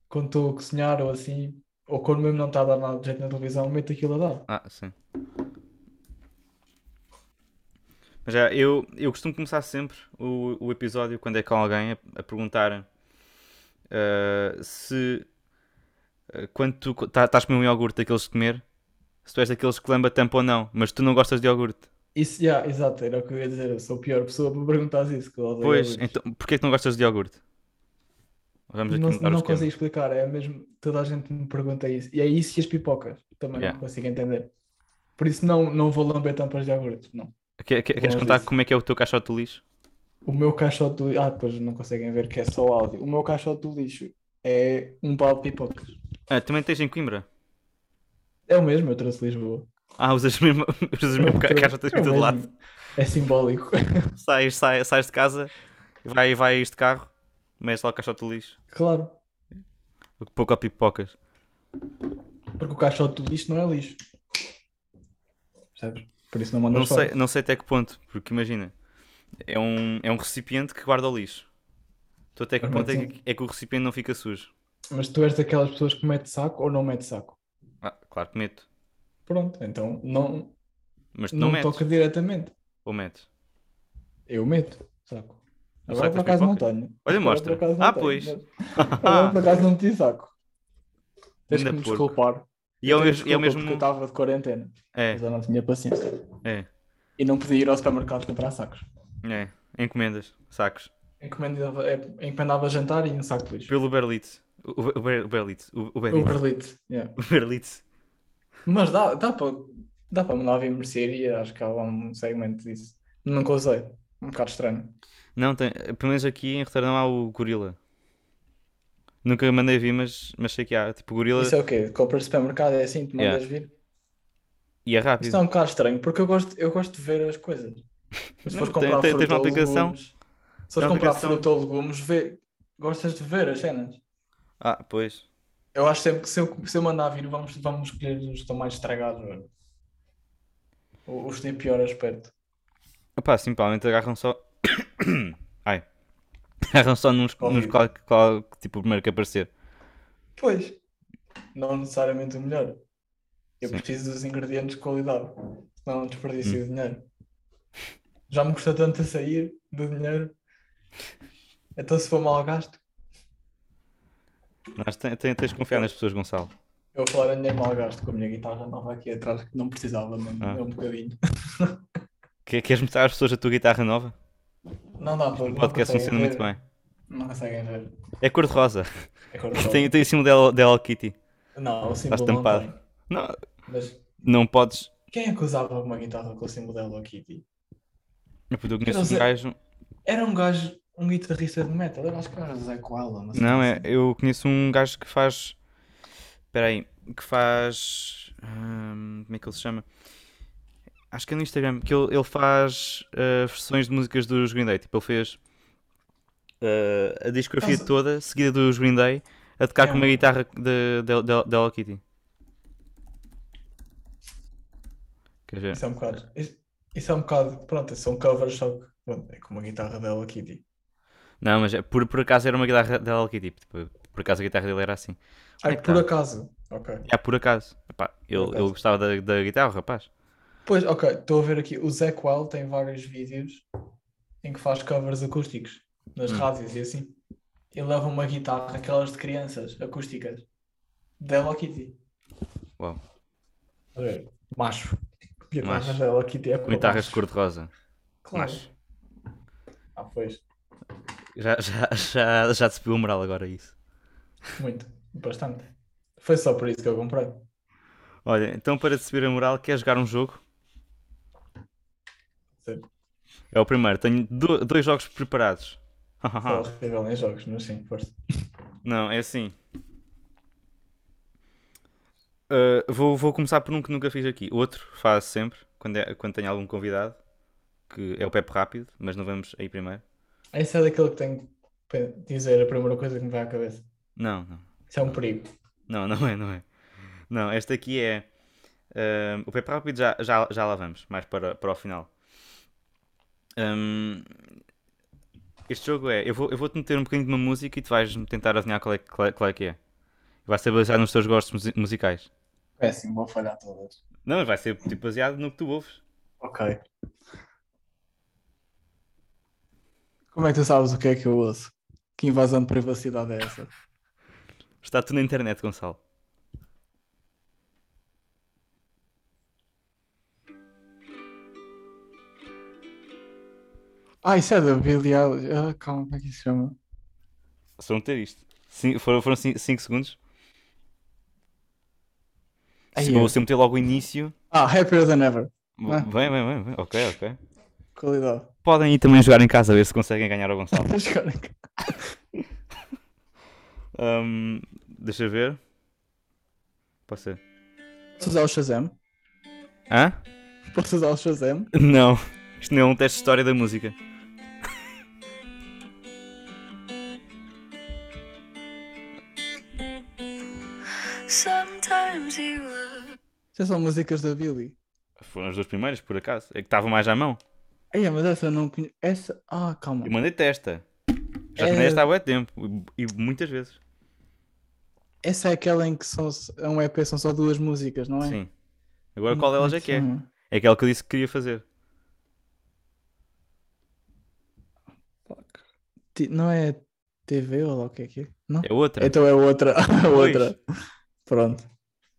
[SPEAKER 2] quando estou a cozinhar ou assim, ou quando mesmo não está a dar nada de jeito na televisão, meto aquilo a dar.
[SPEAKER 1] Ah, sim. Mas já, eu, eu costumo começar sempre o, o episódio, quando é com alguém, a, a perguntar ah, se ah, quando tu co- tá- estás a comer um iogurte daqueles de comer, se tu és daqueles que lamba tampa ou não, mas tu não gostas de iogurte.
[SPEAKER 2] Isso, yeah, exato, era o que eu ia dizer. Eu sou a pior pessoa para perguntar isso. Que eu odeio
[SPEAKER 1] Pois,
[SPEAKER 2] iogurtes.
[SPEAKER 1] então, porquê que não gostas de iogurte? Vamos aqui
[SPEAKER 2] não,
[SPEAKER 1] mudar o
[SPEAKER 2] não
[SPEAKER 1] esquema.
[SPEAKER 2] consigo explicar. É mesmo, toda a gente me pergunta isso. E é isso e as pipocas. Também
[SPEAKER 1] Yeah.
[SPEAKER 2] não consigo entender. Por isso, não, não vou lamber tampas de iogurte. Não.
[SPEAKER 1] Que- que- Queres
[SPEAKER 2] Longe
[SPEAKER 1] contar
[SPEAKER 2] disso.
[SPEAKER 1] como é que é o teu caixote do lixo?
[SPEAKER 2] O meu caixote do lixo. Ah, depois não conseguem ver que é só áudio. O meu caixote do lixo é um balde de pipocas.
[SPEAKER 1] Ah, também tens em Coimbra?
[SPEAKER 2] É o mesmo, eu trouxe de Lisboa.
[SPEAKER 1] Ah, usas mesmo, usas mesmo ca- caixa de
[SPEAKER 2] É o
[SPEAKER 1] escrita do lado.
[SPEAKER 2] mesmo. É simbólico.
[SPEAKER 1] Sais, sai- sais de casa, vai, vai de carro, metes lá o caixote do lixo.
[SPEAKER 2] claro.
[SPEAKER 1] Pouco a pipocas.
[SPEAKER 2] Porque o caixote do lixo não é lixo. Percebes? Por isso não mandas
[SPEAKER 1] Não
[SPEAKER 2] fora.
[SPEAKER 1] sei, não sei até que ponto, porque imagina, é um, é um recipiente que guarda o lixo. Então até que
[SPEAKER 2] Ah,
[SPEAKER 1] ponto é
[SPEAKER 2] sim.
[SPEAKER 1] que, é que o recipiente não fica sujo?
[SPEAKER 2] Mas tu és daquelas pessoas que mete saco ou não mete saco.
[SPEAKER 1] Ah, claro que meto.
[SPEAKER 2] Pronto, então não,
[SPEAKER 1] Mas tu não,
[SPEAKER 2] não,
[SPEAKER 1] metes.
[SPEAKER 2] toca diretamente.
[SPEAKER 1] Ou metes?
[SPEAKER 2] Eu meto saco.
[SPEAKER 1] Não
[SPEAKER 2] Agora
[SPEAKER 1] sacas
[SPEAKER 2] por acaso não
[SPEAKER 1] pipoca?
[SPEAKER 2] tenho.
[SPEAKER 1] Olha,
[SPEAKER 2] Agora,
[SPEAKER 1] mostra.
[SPEAKER 2] por acaso, não
[SPEAKER 1] Ah,
[SPEAKER 2] tenho,
[SPEAKER 1] pois.
[SPEAKER 2] mas- Agora por acaso não te saco. Tens que
[SPEAKER 1] Ainda
[SPEAKER 2] me
[SPEAKER 1] porco.
[SPEAKER 2] desculpar.
[SPEAKER 1] E é o
[SPEAKER 2] Tens que me
[SPEAKER 1] mesmo. e é o mesmo-
[SPEAKER 2] desculpar Então, Porque tá- eu estava de quarentena.
[SPEAKER 1] É,
[SPEAKER 2] Mas eu não tinha paciência.
[SPEAKER 1] é,
[SPEAKER 2] E não podia ir ao supermercado comprar sacos.
[SPEAKER 1] é. Encomendas, sacos.
[SPEAKER 2] Encomendava, é- encomendava jantar e um saco de lixo.
[SPEAKER 1] Pelo Berlitz. O Uber- Uber- Uberlitz. O Uber-
[SPEAKER 2] O Berlite. yeah.
[SPEAKER 1] Uberlitz.
[SPEAKER 2] Mas dá, dá para dá para mandar vir mercearia, acho que há lá um segmento disso. Nunca usei. Um bocado estranho.
[SPEAKER 1] Não, tem, eh, pelo menos aqui em Roterdão há o Gorila. Nunca mandei vir, mas, mas sei que há. Tipo, Gorila
[SPEAKER 2] Isso é o quê? Compras supermercado, é assim, tu mandas vir.
[SPEAKER 1] e é rápido.
[SPEAKER 2] Isto é um bocado estranho, porque eu gosto, eu gosto de ver as coisas. Mas se
[SPEAKER 1] Não,
[SPEAKER 2] fores comprar
[SPEAKER 1] tem- tem- tens
[SPEAKER 2] fruta
[SPEAKER 1] uma
[SPEAKER 2] ou
[SPEAKER 1] aplicação.
[SPEAKER 2] legumes, se fores
[SPEAKER 1] Tem uma
[SPEAKER 2] comprar
[SPEAKER 1] aplicação.
[SPEAKER 2] fruta ou legumes, vê, gostas de ver as cenas.
[SPEAKER 1] Ah, pois.
[SPEAKER 2] Eu acho sempre que se eu, se eu mandar vir, vamos, vamos escolher os que estão mais estragados, velho. O- Os que têm pior aspecto.
[SPEAKER 1] Opá, sim, provavelmente agarram só. Ai. Agarram só nos, nos
[SPEAKER 2] Óbvio.
[SPEAKER 1] qual, qual- tipo, o primeiro que aparecer.
[SPEAKER 2] Pois. Não necessariamente o melhor. Eu
[SPEAKER 1] Sim. Hum.
[SPEAKER 2] preciso dos ingredientes de qualidade. Não desperdício de dinheiro. Já me custa tanto a sair do dinheiro. Então se for mal gasto,
[SPEAKER 1] Mas tem- tem- tens de confiar nas pessoas, Gonçalo.
[SPEAKER 2] eu vou falar em dinheiro mal gasto com a minha guitarra nova aqui atrás, que não precisava mesmo,
[SPEAKER 1] Ah.
[SPEAKER 2] é um bocadinho.
[SPEAKER 1] Que- Queres mostrar às pessoas a tua guitarra nova?
[SPEAKER 2] Não dá para.
[SPEAKER 1] O podcast funciona muito bem.
[SPEAKER 2] Não conseguem ver.
[SPEAKER 1] É cor-de-rosa.
[SPEAKER 2] É cor
[SPEAKER 1] Tem, tem assim um dela, dela Kitty.
[SPEAKER 2] Não, o símbolo não
[SPEAKER 1] estampado.
[SPEAKER 2] tem.
[SPEAKER 1] Não,
[SPEAKER 2] Mas
[SPEAKER 1] não podes.
[SPEAKER 2] quem é que usava uma guitarra com o símbolo da Hello Kitty?
[SPEAKER 1] Eu puto, eu
[SPEAKER 2] Eu não
[SPEAKER 1] conheço
[SPEAKER 2] sei.
[SPEAKER 1] um gajo.
[SPEAKER 2] Era um gajo, um guitarrista de metal, eu acho que era o Zé Coelho. sei
[SPEAKER 1] Não,
[SPEAKER 2] se-
[SPEAKER 1] é, eu conheço um gajo que faz. Espera aí. Que faz. hum, como é que ele se chama? Acho que é no Instagram. Que ele, ele faz ah, versões de músicas dos Green Day. Tipo, ele fez ah, a discografia
[SPEAKER 2] Mas-
[SPEAKER 1] toda, seguida dos Green Day, a tocar
[SPEAKER 2] É
[SPEAKER 1] com uma
[SPEAKER 2] um-
[SPEAKER 1] guitarra de- de- de- da Hello Kitty. Quer ver?
[SPEAKER 2] Isso é um bocado. Isso, isso é um bocado. Pronto, são covers, só que. Pronto, é como a guitarra da Hello Kitty.
[SPEAKER 1] Não, mas é- por, por acaso era uma guitarra da Hello Kitty. Tipo, por acaso a guitarra dele era assim.
[SPEAKER 2] Ah,
[SPEAKER 1] é que
[SPEAKER 2] por
[SPEAKER 1] tá?
[SPEAKER 2] acaso. Ok.
[SPEAKER 1] É por acaso. Epá, ele,
[SPEAKER 2] acaso.
[SPEAKER 1] ele gostava da, da guitarra, rapaz.
[SPEAKER 2] Pois, ok, estou a ver aqui. O Zé Qual tem vários vídeos em que faz covers acústicos nas
[SPEAKER 1] Hum.
[SPEAKER 2] rádios e assim. E leva uma guitarra, aquelas de crianças, acústicas, da Hello Kitty.
[SPEAKER 1] Uau.
[SPEAKER 2] A ver, Macho. Guitarra
[SPEAKER 1] Macho.
[SPEAKER 2] da Hello Kitty é para
[SPEAKER 1] Guitarras de
[SPEAKER 2] macho.
[SPEAKER 1] cor-de-rosa.
[SPEAKER 2] Claro.
[SPEAKER 1] macho.
[SPEAKER 2] Ah, pois.
[SPEAKER 1] Já, já, já, já te subiu o moral agora isso.
[SPEAKER 2] Muito. Bastante. Foi só por isso que eu comprei.
[SPEAKER 1] Olha, então para te subir a moral, quer jogar um jogo?
[SPEAKER 2] Sim.
[SPEAKER 1] É o primeiro. Tenho do- dois jogos preparados.
[SPEAKER 2] Sou horrível em jogos, mas sim, força.
[SPEAKER 1] Não, é assim. Ah, vou, vou começar por um que nunca fiz aqui. Outro faço sempre, quando, é, quando tenho algum convidado, que é o Pepe Rápido, mas não vamos aí primeiro.
[SPEAKER 2] Esse é daquele que tenho que dizer a primeira coisa que me vai à cabeça.
[SPEAKER 1] Não, não.
[SPEAKER 2] Isso é um perigo.
[SPEAKER 1] Não, não é, não é. Não, esta aqui é. ahm, o Pepe Rápido já, já, já lá vamos, mais para, para o final. Ahm, este jogo é. Eu, vou, eu vou-te meter um bocadinho de uma música e tu vais-me tentar adivinhar qual é, que- qual é, qual é que é. Vai ser baseado nos teus gostos musi- musicais.
[SPEAKER 2] Péssimo, É vou falhar todas.
[SPEAKER 1] Não, mas vai ser tipo, baseado no que tu ouves.
[SPEAKER 2] Ok. Como é que tu sabes o que é que eu ouço? Que invasão de privacidade é essa?
[SPEAKER 1] Está tudo na internet, Gonçalo.
[SPEAKER 2] Ah, isso é da Billie Eilish. Ah, calma, como é que isso se chama?
[SPEAKER 1] Só não ter isto. Cin- foram 5 segundos.
[SPEAKER 2] Ai,
[SPEAKER 1] Se eu
[SPEAKER 2] eu-
[SPEAKER 1] se eu meter logo o início.
[SPEAKER 2] Ah, Happier Than Ever. Ah.
[SPEAKER 1] Bem, bem, bem, bem. Ok, ok.
[SPEAKER 2] Qualidade.
[SPEAKER 1] Podem ir também jogar em casa a ver se conseguem ganhar ao Gonçalo.
[SPEAKER 2] Mas agora que-
[SPEAKER 1] Hum, deixa eu ver. Pode ser.
[SPEAKER 2] Posso usar o Shazam?
[SPEAKER 1] Hã?
[SPEAKER 2] Posso usar o Shazam?
[SPEAKER 1] Não. Isto não é um teste de história da música.
[SPEAKER 3] Sometimes you look
[SPEAKER 2] Já são músicas da Billy.
[SPEAKER 1] Foram as duas primeiras, por acaso. É que estava mais à mão.
[SPEAKER 2] Ai, mas essa eu não conheço. Essa. Ah, calma.
[SPEAKER 1] Eu mandei testa. Já
[SPEAKER 2] É.
[SPEAKER 1] mandei esta há bué tempo. E e muitas vezes.
[SPEAKER 2] Essa é aquela em que são, é um EP são só duas músicas, não é?
[SPEAKER 1] Sim. Agora qual delas é que é?
[SPEAKER 2] Chama?
[SPEAKER 1] É aquela que eu disse que queria fazer.
[SPEAKER 2] Fuck. Ti- Não é TV ou lá o que é que é? Não?
[SPEAKER 1] É outra.
[SPEAKER 2] Então é outra. a
[SPEAKER 1] Pois.
[SPEAKER 2] outra. Pronto.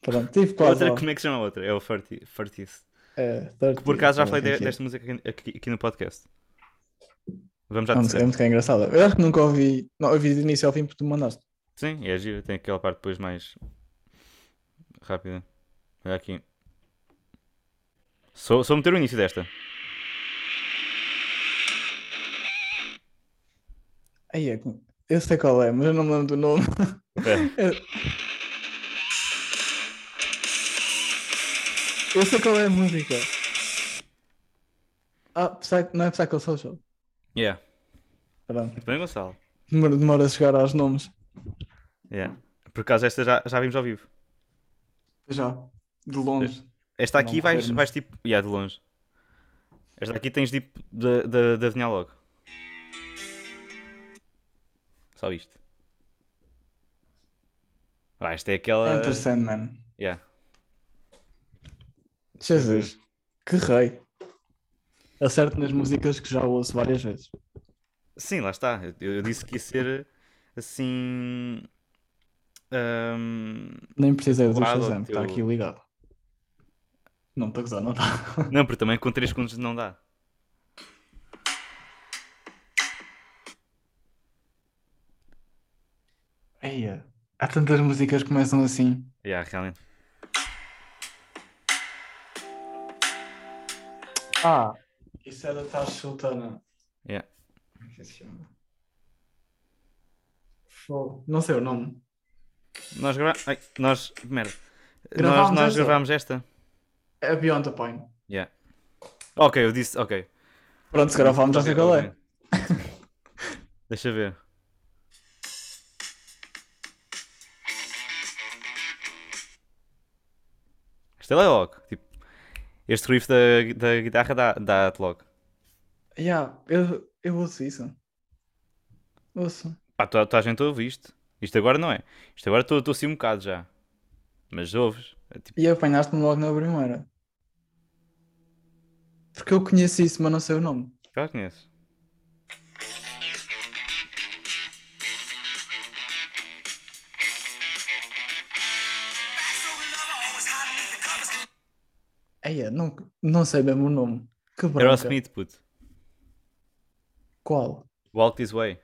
[SPEAKER 2] Pronto. Tive quase.
[SPEAKER 1] outra
[SPEAKER 2] lá.
[SPEAKER 1] como é que se chama a outra? É o Farti- Fartice.
[SPEAKER 2] É, thirty,
[SPEAKER 1] Que por acaso já
[SPEAKER 2] sei lá
[SPEAKER 1] falei de-
[SPEAKER 2] quem que é.
[SPEAKER 1] desta música aqui, aqui- aqui no podcast. Vamos já
[SPEAKER 2] É uma
[SPEAKER 1] dizer.
[SPEAKER 2] música- é muito engraçada. Eu acho que nunca ouvi. Não, ouvi de início ao fim porque tu me mandaste.
[SPEAKER 1] Sim, é giro. Tem aquela parte depois mais rápida. Olha aqui. Só, só meter o início desta.
[SPEAKER 2] Aí é que- Eu sei qual é, mas eu não me lembro do nome.
[SPEAKER 1] Espera.
[SPEAKER 2] Eu sei qual é a música. Ah, Psy- não é Psychosocial.
[SPEAKER 1] Yeah.
[SPEAKER 2] Pronto.
[SPEAKER 1] Muito bem, Gonçalo.
[SPEAKER 2] Demora, demora a chegar aos nomes.
[SPEAKER 1] Yeah. Por acaso esta já, já vimos ao vivo.
[SPEAKER 2] Já. De longe.
[SPEAKER 1] Esta aqui
[SPEAKER 2] Não
[SPEAKER 1] vais,
[SPEAKER 2] corremos.
[SPEAKER 1] vais tipo. Yeah, de longe. Esta aqui tens tipo de, de, de adivinhar logo. Só isto. Vai, esta é aquela.
[SPEAKER 2] Enter Sandman.
[SPEAKER 1] Yeah.
[SPEAKER 2] Jesus. Que rei. Acerto nas músicas que já ouço várias vezes.
[SPEAKER 1] Sim, lá está. Eu, eu disse que ia ser assim. ahm,
[SPEAKER 2] Nem precisei do
[SPEAKER 1] Claro,
[SPEAKER 2] Shazam, está
[SPEAKER 1] teu-
[SPEAKER 2] aqui ligado. Não estou a gozar, não tá. está.
[SPEAKER 1] Não, porque também com 3 segundos não dá.
[SPEAKER 2] Eia. Há tantas músicas que começam assim.
[SPEAKER 1] Yeah, realmente.
[SPEAKER 2] Ah. Isso é da Tash Sultana.
[SPEAKER 1] Yeah.
[SPEAKER 2] Como é que se chama? Fogo. Não sei o nome.
[SPEAKER 1] Nós gravámos. Nós. Merda. Nós,
[SPEAKER 2] Gravámos
[SPEAKER 1] nós
[SPEAKER 2] esta?
[SPEAKER 1] gravámos esta.
[SPEAKER 2] É Beyond the Pine.
[SPEAKER 1] Yeah. Ok, eu disse. Ok.
[SPEAKER 2] Pronto, se gravámos, já sei qual é.
[SPEAKER 1] Deixa ver. Esta é logo. Tipo, este riff da, da guitarra dá- dá-te logo.
[SPEAKER 2] Yeah, eu, eu ouço isso. Ouço.
[SPEAKER 1] Pá, toda, toda a gente ouve isto. Isto agora não é. Isto agora estou estou assim um bocado já. Mas ouves. É tipo,
[SPEAKER 2] E apanhaste-me logo na primeira. Porque eu conheço isso, mas não sei o nome.
[SPEAKER 1] já conheces.
[SPEAKER 2] Eia, não, não sei mesmo o nome. Que branca.
[SPEAKER 1] Aerosmith, puto.
[SPEAKER 2] Qual?
[SPEAKER 1] Walk This Way.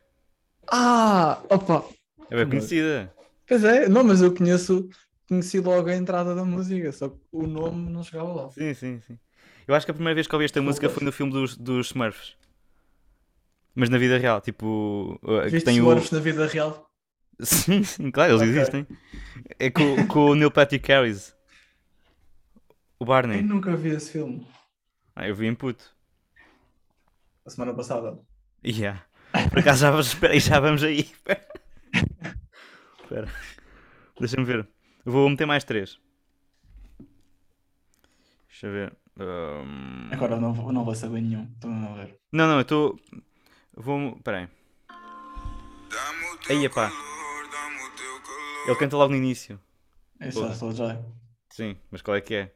[SPEAKER 2] Ah, opa.
[SPEAKER 1] É bem
[SPEAKER 2] Que
[SPEAKER 1] conhecida.
[SPEAKER 2] Pois é, não, mas eu conheço, conheci logo a entrada da música, só que o nome não chegava lá.
[SPEAKER 1] Sim, sim, sim. Eu acho que é a primeira vez que ouvi esta música foi no filme dos, dos Smurfs. Mas na vida real, tipo. uh, que
[SPEAKER 2] Viste
[SPEAKER 1] tem o-
[SPEAKER 2] Smurfs na vida real?
[SPEAKER 1] Sim, sim, claro, eles
[SPEAKER 2] Ok.
[SPEAKER 1] existem. É com, com o Neil Patrick Harris. O
[SPEAKER 2] Eu
[SPEAKER 1] Barney.
[SPEAKER 2] nunca vi esse filme.
[SPEAKER 1] Ah, eu vi em puto.
[SPEAKER 2] A semana passada.
[SPEAKER 1] Yeah. Por acaso já vamos, espera aí, já vamos aí. Espera. Deixa-me ver. Vou meter mais três. Deixa eu ver. Ahm,
[SPEAKER 2] Agora não vou, não vou saber nenhum. Estou a ver.
[SPEAKER 1] Não, não, eu estou. Vou. Espera aí. Aí, pá. Ele canta logo no início.
[SPEAKER 2] Esse já
[SPEAKER 1] Porra.
[SPEAKER 2] sou já.
[SPEAKER 1] Sim, mas qual é que é?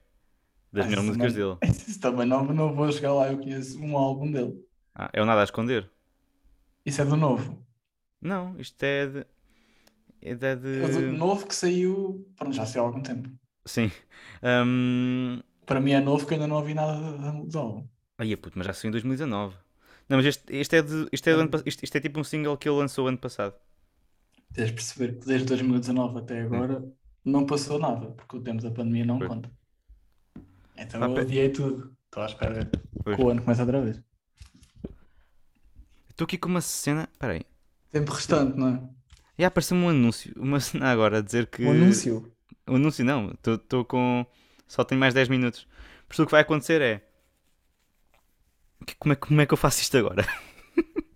[SPEAKER 1] Das
[SPEAKER 2] Ah,
[SPEAKER 1] melhores
[SPEAKER 2] esse
[SPEAKER 1] músicas
[SPEAKER 2] mano-
[SPEAKER 1] dele.
[SPEAKER 2] Esse também não, não vou chegar lá, eu conheço um álbum dele.
[SPEAKER 1] Ah, é o Nada a Esconder?
[SPEAKER 2] Isso é do novo.
[SPEAKER 1] Não, isto é de. É da de.
[SPEAKER 2] É do novo que saiu. Pronto, já saiu há algum tempo.
[SPEAKER 1] Sim. Hum, Ahm,
[SPEAKER 2] Para mim é novo que ainda não ouvi nada do- do álbum.
[SPEAKER 1] Aí, é puto, mas já saiu em 2019. Não, mas este, este é, de, isto, é do ano pa- isto, isto é tipo um single que ele lançou ano passado.
[SPEAKER 2] Tens de perceber que desde 2019 até agora não passou nada, porque o tempo da pandemia não
[SPEAKER 1] Pois.
[SPEAKER 2] conta. Então
[SPEAKER 1] Ah,
[SPEAKER 2] eu
[SPEAKER 1] pe-
[SPEAKER 2] odiei tudo. Estou à espera
[SPEAKER 1] Pois.
[SPEAKER 2] que o ano comece outra vez.
[SPEAKER 1] Estou aqui com uma cena. Peraí.
[SPEAKER 2] Tempo restante, não é?
[SPEAKER 1] Já apareceu um anúncio. Uma cena agora a dizer que.
[SPEAKER 2] O Um anúncio.
[SPEAKER 1] Um anúncio não. Estou com. Só tenho mais 10 minutos. Por isso o que vai acontecer é. "Que- Como é, que- como é que eu faço isto agora?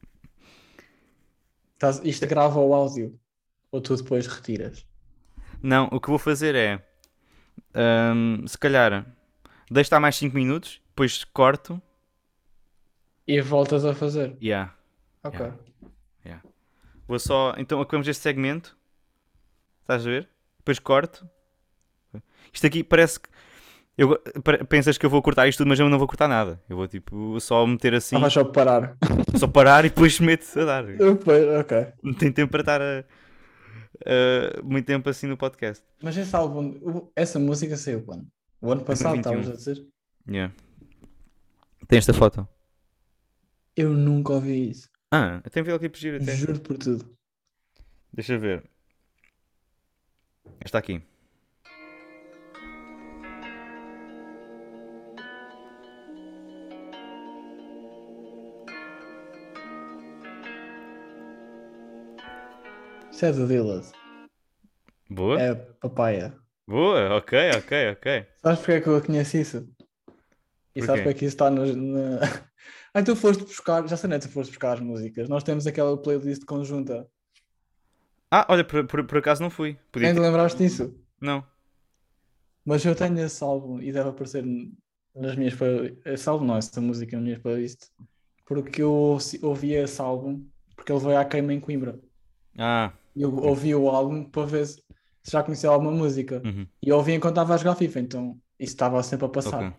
[SPEAKER 2] Estás- Isto grava o áudio. Ou tu depois retiras.
[SPEAKER 1] Não, o que vou fazer é. ahm, se calhar. Deixo estar mais 5 minutos, depois corto.
[SPEAKER 2] E voltas a fazer.
[SPEAKER 1] Yeah.
[SPEAKER 2] Ok. Ah,
[SPEAKER 1] Yeah. Vou só. Então acabamos este segmento. Estás a ver? Depois corto. Isto aqui parece que. Eu, pare- pensas que eu vou cortar isto tudo, mas eu não vou cortar nada. Eu vou tipo só meter assim,
[SPEAKER 2] Ah, vais só parar.
[SPEAKER 1] só parar e depois meto a dar.
[SPEAKER 2] Depois, ok.
[SPEAKER 1] Não tem tempo para estar a- a- muito tempo assim no podcast.
[SPEAKER 2] Mas esse álbum, o- essa música saiu quando? O ano passado,
[SPEAKER 1] 2021.
[SPEAKER 2] estavas a dizer?
[SPEAKER 1] Yeah. Tem esta foto.
[SPEAKER 2] Eu nunca ouvi isso.
[SPEAKER 1] Ah, eu tenho videoclipe giro até.
[SPEAKER 2] Juro por tudo.
[SPEAKER 1] Deixa eu ver. Está aqui.
[SPEAKER 2] Isso é do Dillaz.
[SPEAKER 1] Boa?
[SPEAKER 2] É papaya.
[SPEAKER 1] Boa, ok, ok, ok.
[SPEAKER 2] Sabes porque é que eu conheço isso? E
[SPEAKER 1] Por
[SPEAKER 2] sabes
[SPEAKER 1] quê?
[SPEAKER 2] porque é que isso está nos- na. Ah, tu foste buscar. Já sei, não é? Tu foste buscar as músicas. Nós temos aquela playlist conjunta.
[SPEAKER 1] Ah, olha, por, por, por acaso não fui. Podia
[SPEAKER 2] Ainda
[SPEAKER 1] ter-
[SPEAKER 2] lembraste disso?
[SPEAKER 1] Não.
[SPEAKER 2] Mas eu tenho esse álbum e deve aparecer n- nas minhas playlists. Esse álbum não, essa música nas minhas playlists. Porque eu ouci- ouvi esse álbum porque ele veio à queima em Coimbra.
[SPEAKER 1] Ah,
[SPEAKER 2] E eu ouvi o álbum para ver se se já conhecia alguma música.
[SPEAKER 1] uhum,
[SPEAKER 2] E eu ouvi enquanto estava a jogar FIFA, então isso estava sempre a passar.
[SPEAKER 1] ok.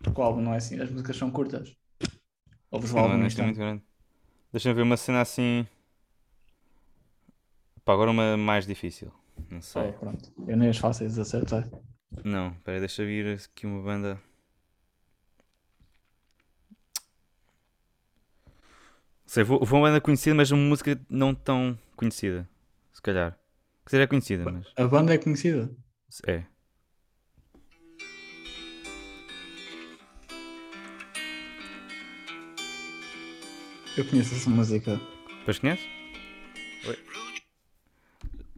[SPEAKER 2] Porque o álbum não é assim, as músicas são curtas. Ouves o
[SPEAKER 1] Não,
[SPEAKER 2] álbum
[SPEAKER 1] não,
[SPEAKER 2] no
[SPEAKER 1] isto é muito
[SPEAKER 2] instante.
[SPEAKER 1] grande. Deixa-me ver uma cena assim. Pá, agora uma mais difícil. Não
[SPEAKER 2] É,
[SPEAKER 1] sei.
[SPEAKER 2] pronto. Eu nem as faço é as acertar.
[SPEAKER 1] Não, peraí, deixa eu vir aqui uma banda. Sei, vou, vou uma banda conhecida, mas uma música não tão conhecida. Se calhar. Quer dizer, é conhecida, mas.
[SPEAKER 2] A banda é conhecida.
[SPEAKER 1] É.
[SPEAKER 2] Eu conheço essa música.
[SPEAKER 1] Depois conhece?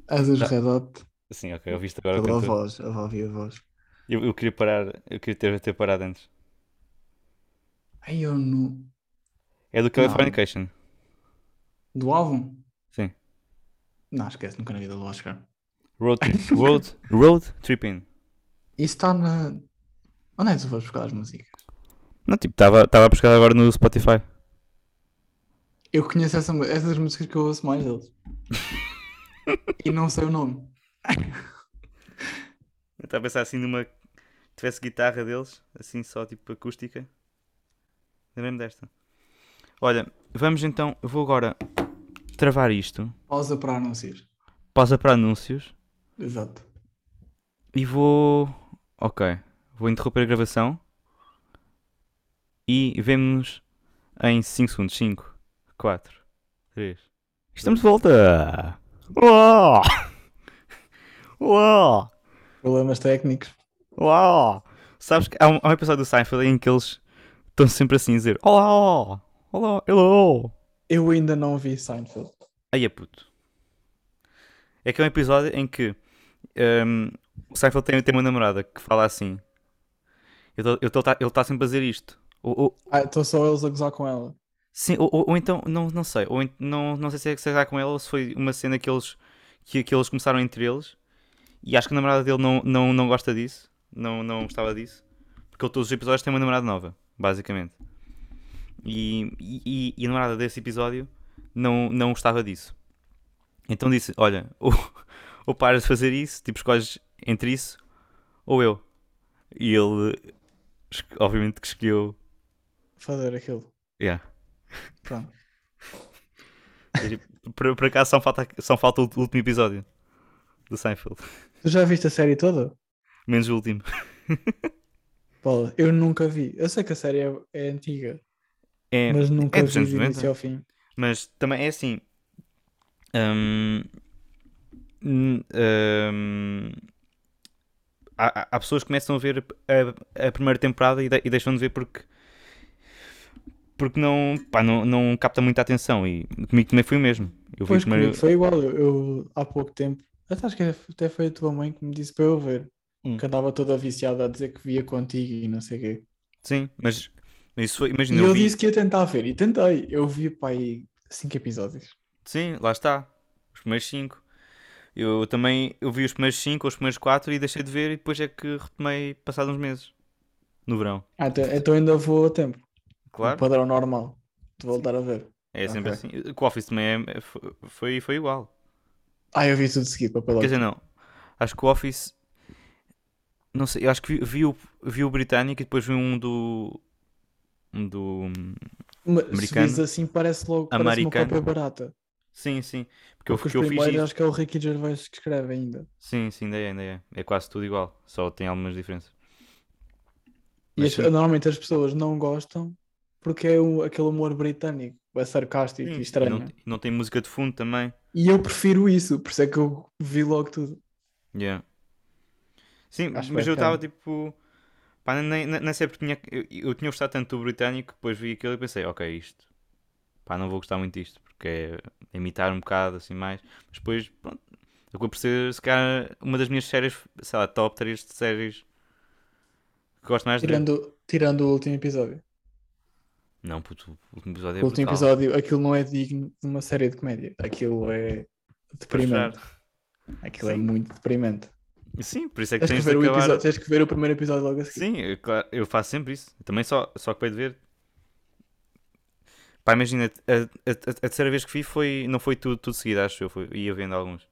[SPEAKER 2] As os
[SPEAKER 1] Não.
[SPEAKER 2] Red Hot,
[SPEAKER 1] Sim, ok, então. eu viste agora o
[SPEAKER 2] pela
[SPEAKER 1] cantor.
[SPEAKER 2] voz, eu ouvi a voz.
[SPEAKER 1] Eu, eu queria parar, eu queria ter, ter parado antes.
[SPEAKER 2] Ai, eu não.
[SPEAKER 1] É do Californication.
[SPEAKER 2] Do álbum?
[SPEAKER 1] Sim.
[SPEAKER 2] Não, esquece, nunca na vida do Oscar.
[SPEAKER 1] Road, road, road Tripping.
[SPEAKER 2] Isso está na. Onde é que tu foste buscar as músicas?
[SPEAKER 1] Não, tipo, estava a buscar agora no Spotify.
[SPEAKER 2] Eu conheço essa, mu- essas músicas que eu ouço mais deles. e não sei o nome.
[SPEAKER 1] Eu estava a pensar assim numa. Tivesse guitarra deles, assim só tipo acústica. Lembrei-me desta. Olha, vamos então. Eu vou agora travar isto.
[SPEAKER 2] Pausa para anúncios.
[SPEAKER 1] Pausa para anúncios.
[SPEAKER 2] Exato.
[SPEAKER 1] E vou. Ok. Vou interromper a gravação. E vemo-nos em 5 segundos. 5, 4, 3. Estamos de volta! Uau! Uau!
[SPEAKER 2] Problemas técnicos.
[SPEAKER 1] Uau! Sabes que há um, há um episódio do Seinfeld em que eles estão sempre assim a dizer Olá! Olá! Hello!
[SPEAKER 2] Eu ainda não vi Seinfeld.
[SPEAKER 1] Aí é puto. É que é um episódio em que hum, o Seinfeld tem, tem uma namorada que fala assim. Eu tô- eu tô- tá- ele está sempre a dizer isto. Ou, ou-
[SPEAKER 2] Ah, estou só eles a gozar com ela.
[SPEAKER 1] sim, ou, ou- ou então, não, não sei. Ou, ent- não, não sei se é que será com ela ou se foi uma cena que eles, que, que eles começaram entre eles. E acho que a namorada dele não, não, não gosta disso. Não, não gostava disso. Porque ele, todos os episódios têm uma namorada nova, basicamente. E, e- e a namorada desse episódio não, não gostava disso. Então disse: Olha, ou, ou paras de fazer isso, tipo, escolhes entre isso ou eu. E ele, es- obviamente, que escolheu.
[SPEAKER 2] Fazer aquilo.
[SPEAKER 1] Yeah.
[SPEAKER 2] Pronto.
[SPEAKER 1] Por, por acaso, só falta, só falta o último episódio do Seinfeld.
[SPEAKER 2] Tu já viste a série toda?
[SPEAKER 1] Menos o último.
[SPEAKER 2] Paula, eu nunca vi. Eu sei que a série é, é antiga,
[SPEAKER 1] É,
[SPEAKER 2] mas nunca
[SPEAKER 1] é dos
[SPEAKER 2] vi
[SPEAKER 1] anos
[SPEAKER 2] do
[SPEAKER 1] 90.
[SPEAKER 2] início ao fim.
[SPEAKER 1] Mas também é assim. hum, n- hum, há, há- há pessoas que começam a ver a, a primeira temporada e, de- e deixam de ver porque. Porque não, pá, não, não capta muita atenção. E comigo também foi o mesmo. Eu vi
[SPEAKER 2] Pois
[SPEAKER 1] primeiro.
[SPEAKER 2] é, comigo foi igual. Eu, eu, há pouco tempo, até acho que até foi a tua mãe que me disse para eu ver.
[SPEAKER 1] Hum.
[SPEAKER 2] que andava toda viciada a dizer que via contigo e não sei o quê.
[SPEAKER 1] Sim, mas mas isso foi,
[SPEAKER 2] E
[SPEAKER 1] imagina, eu
[SPEAKER 2] eu
[SPEAKER 1] vi-
[SPEAKER 2] disse que ia tentar ver e tentei. Eu vi para aí cinco episódios.
[SPEAKER 1] Sim, lá está. Os primeiros 5. Eu também eu vi os primeiros 5 ou os primeiros 4 e deixei de ver e depois é que retomei passado uns meses. No verão.
[SPEAKER 2] Ah, então, então ainda vou a tempo. O
[SPEAKER 1] Claro.
[SPEAKER 2] padrão normal de voltar a ver.
[SPEAKER 1] É sempre
[SPEAKER 2] Ok.
[SPEAKER 1] assim. Com o Office também é- é- fo- foi, foi igual.
[SPEAKER 2] Ah, eu vi tudo de seguida, papel.
[SPEAKER 1] Quer dizer, não. Acho que o Office. Não sei, eu acho que vi, vi o, vi o britânico e depois vi um do. Um do.
[SPEAKER 2] Mas se
[SPEAKER 1] americano,
[SPEAKER 2] diz assim, parece logo parece uma
[SPEAKER 1] americano.
[SPEAKER 2] cópia barata.
[SPEAKER 1] Sim, sim. Porque eu,
[SPEAKER 2] Porque os
[SPEAKER 1] que eu fiz.
[SPEAKER 2] primeiros
[SPEAKER 1] isso.
[SPEAKER 2] acho que é o Ricky Gervais que escreve ainda.
[SPEAKER 1] Sim, sim, ainda é, ainda é. É quase tudo igual. Só tem algumas diferenças.
[SPEAKER 2] E
[SPEAKER 1] Mas
[SPEAKER 2] as-
[SPEAKER 1] sim.
[SPEAKER 2] normalmente as pessoas não gostam porque é o- aquele humor britânico, é sarcástico
[SPEAKER 1] Sim,
[SPEAKER 2] e
[SPEAKER 1] Hum, e
[SPEAKER 2] estranho. né?
[SPEAKER 1] não, não tem música de fundo também.
[SPEAKER 2] E eu prefiro isso, por isso é que eu vi logo tudo.
[SPEAKER 1] Yeah. Sim,
[SPEAKER 2] Acho
[SPEAKER 1] mas
[SPEAKER 2] bem
[SPEAKER 1] eu estava
[SPEAKER 2] bacana.
[SPEAKER 1] tipo. Pá, nem, nem, nem sei porque tinha, eu, eu tinha gostado tanto do britânico, depois vi aquilo e pensei, ok, isto. Pá, não vou gostar muito disto, porque é imitar um bocado assim mais. Mas depois, pronto, acabou por ser se calhar uma das minhas séries, sei lá, top 3 de séries que gosto mais de ver.
[SPEAKER 2] Tirando, tirando o último episódio.
[SPEAKER 1] Não, puto, o último episódio é
[SPEAKER 2] o último
[SPEAKER 1] brutal.
[SPEAKER 2] episódio, aquilo não é digno de uma série de comédia. Aquilo é
[SPEAKER 1] Para chorar.
[SPEAKER 2] deprimente. Aquilo é
[SPEAKER 1] Sim.
[SPEAKER 2] muito deprimente.
[SPEAKER 1] Sim, por isso é que
[SPEAKER 2] Tens
[SPEAKER 1] tens
[SPEAKER 2] que,
[SPEAKER 1] de
[SPEAKER 2] ver o
[SPEAKER 1] acabar.
[SPEAKER 2] episódio, tens que ver o primeiro episódio logo a seguir.
[SPEAKER 1] Sim, eu, claro, eu faço sempre isso. Eu Também só, só acabei de ver. Pá, imagina, a, a- a- a terceira vez que vi foi, não foi tudo, tudo seguido, acho eu. Foi, ia vendo alguns.